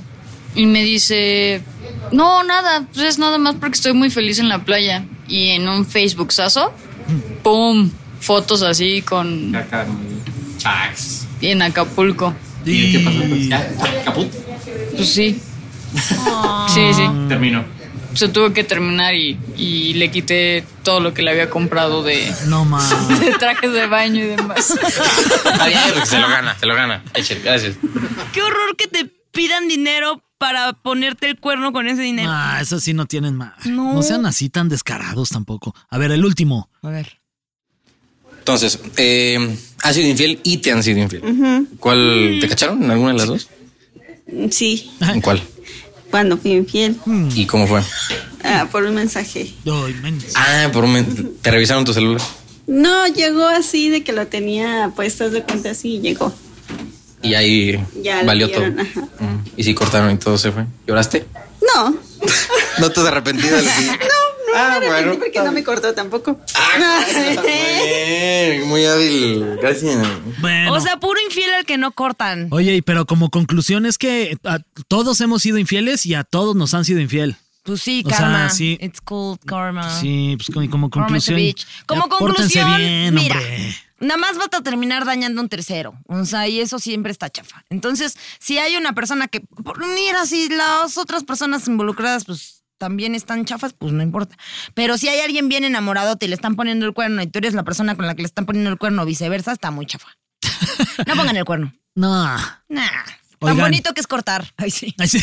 L: Y me dice, no, nada, pues es nada más porque estoy muy feliz en la playa. Y en un Facebook sazo, ¡pum! Fotos así con...
H: Chax.
L: y en Acapulco.
H: ¿Y qué pasó? ¿Ya? ¿Caput?
L: Pues sí. Sí, sí.
H: Terminó.
L: Se tuvo que terminar y, y le quité todo lo que le había comprado de,
B: No más.
L: de trajes de baño y demás.
H: se lo gana, se lo gana. Échale, gracias.
C: Qué horror que te pidan dinero para ponerte el cuerno con ese dinero.
B: Ah, esas sí no tienen más.
C: No.
B: No. sean así tan descarados tampoco. Ah, A ver, el último.
C: A ver.
H: Entonces, eh, has sido infiel y te han sido infiel. ¿Cuál? ¿Te cacharon en alguna de las dos?
N: Sí,
H: ¿En cuál?
N: cuando fui infiel.
H: ¿Y cómo fue?
N: Ah, por un mensaje.
H: Ah, por un men- te revisaron tu celular
N: No, llegó así de que lo tenía puesto de cuenta así y llegó.
H: y ahí
N: Ya lo
H: valió todo. Mm.
N: vieron, ajá.
H: Y si cortaron y todo se fue. ¿Lloraste?
N: No,
H: No te has arrepentido de lo
N: no, no me arrepentí porque no me cortó tampoco.
H: Bien, Eh, muy hábil. Gracias.
C: O sea, puro infiel al que no cortan.
B: Oye, y pero como conclusión es que a todos hemos sido infieles y a todos nos han sido infiel.
C: Pues sí,
B: O sea,
C: karma.
B: sí.
C: It's called karma.
B: Sí, pues como, como
C: Karma is a
B: conclusión.
C: Ah. este bitch. Como
B: ya, pórtense
C: conclusión,
B: bien,
C: mira.
B: hombre.
C: Nada más vas a terminar dañando a un tercero. O sea, y eso siempre está chafa. Entonces, si hay una persona que. por- Mira, si las otras personas involucradas, pues también están chafas, pues no importa. Pero si hay alguien bien enamorado, te le están poniendo el cuerno y tú eres la persona con la que le están poniendo el cuerno o viceversa, está muy chafa. No pongan el cuerno.
B: No.
C: Nah. Tan
B: Oigan.
C: bonito que es cortar. Ay, sí.
B: Ay, sí.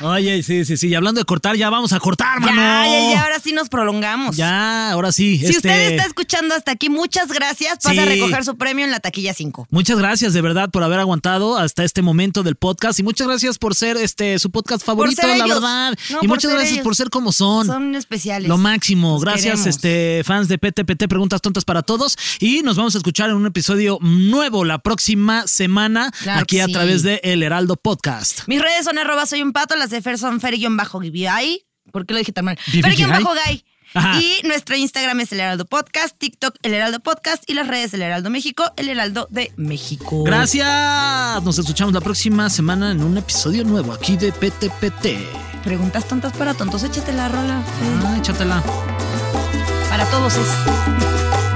B: Oye, sí, sí, sí. Y hablando de cortar, ya vamos a cortar,
C: Ya,
B: mano.
C: ya, ya, ahora sí nos prolongamos.
B: Ya, ahora sí.
C: Si
B: este,
C: usted está escuchando hasta aquí, muchas gracias. Pasa a
B: Sí.
C: recoger su premio en la taquilla 5.
B: Muchas gracias de verdad por haber aguantado hasta este momento del podcast y muchas gracias por ser este su podcast favorito,
C: ser
B: la
C: ellos.
B: verdad.
C: No,
B: y
C: por
B: muchas
C: ser
B: gracias
C: ellos.
B: por ser como son.
C: Son especiales.
B: Lo máximo.
C: Los
B: gracias,
C: queremos.
B: este fans de PTPT, preguntas tontas para todos. Y nos vamos a escuchar en un episodio nuevo la próxima semana
C: Claro
B: aquí
C: que
B: a
C: sí.
B: través de El Heraldo Podcast.
C: Mis redes son arroba soy un pato, las de Fer son fer-guy. ¿Por qué lo dije tan mal?
B: ¿Bibi
C: Fer-guy.
B: Ajá.
C: Y nuestro Instagram es el Heraldo Podcast, TikTok el Heraldo Podcast y las redes el Heraldo México, el Heraldo de México.
B: Gracias. Nos escuchamos la próxima semana en un episodio nuevo aquí de PTPT.
C: Preguntas tontas para tontos, échate la rola.
B: Ah, échatela.
C: Para todos es.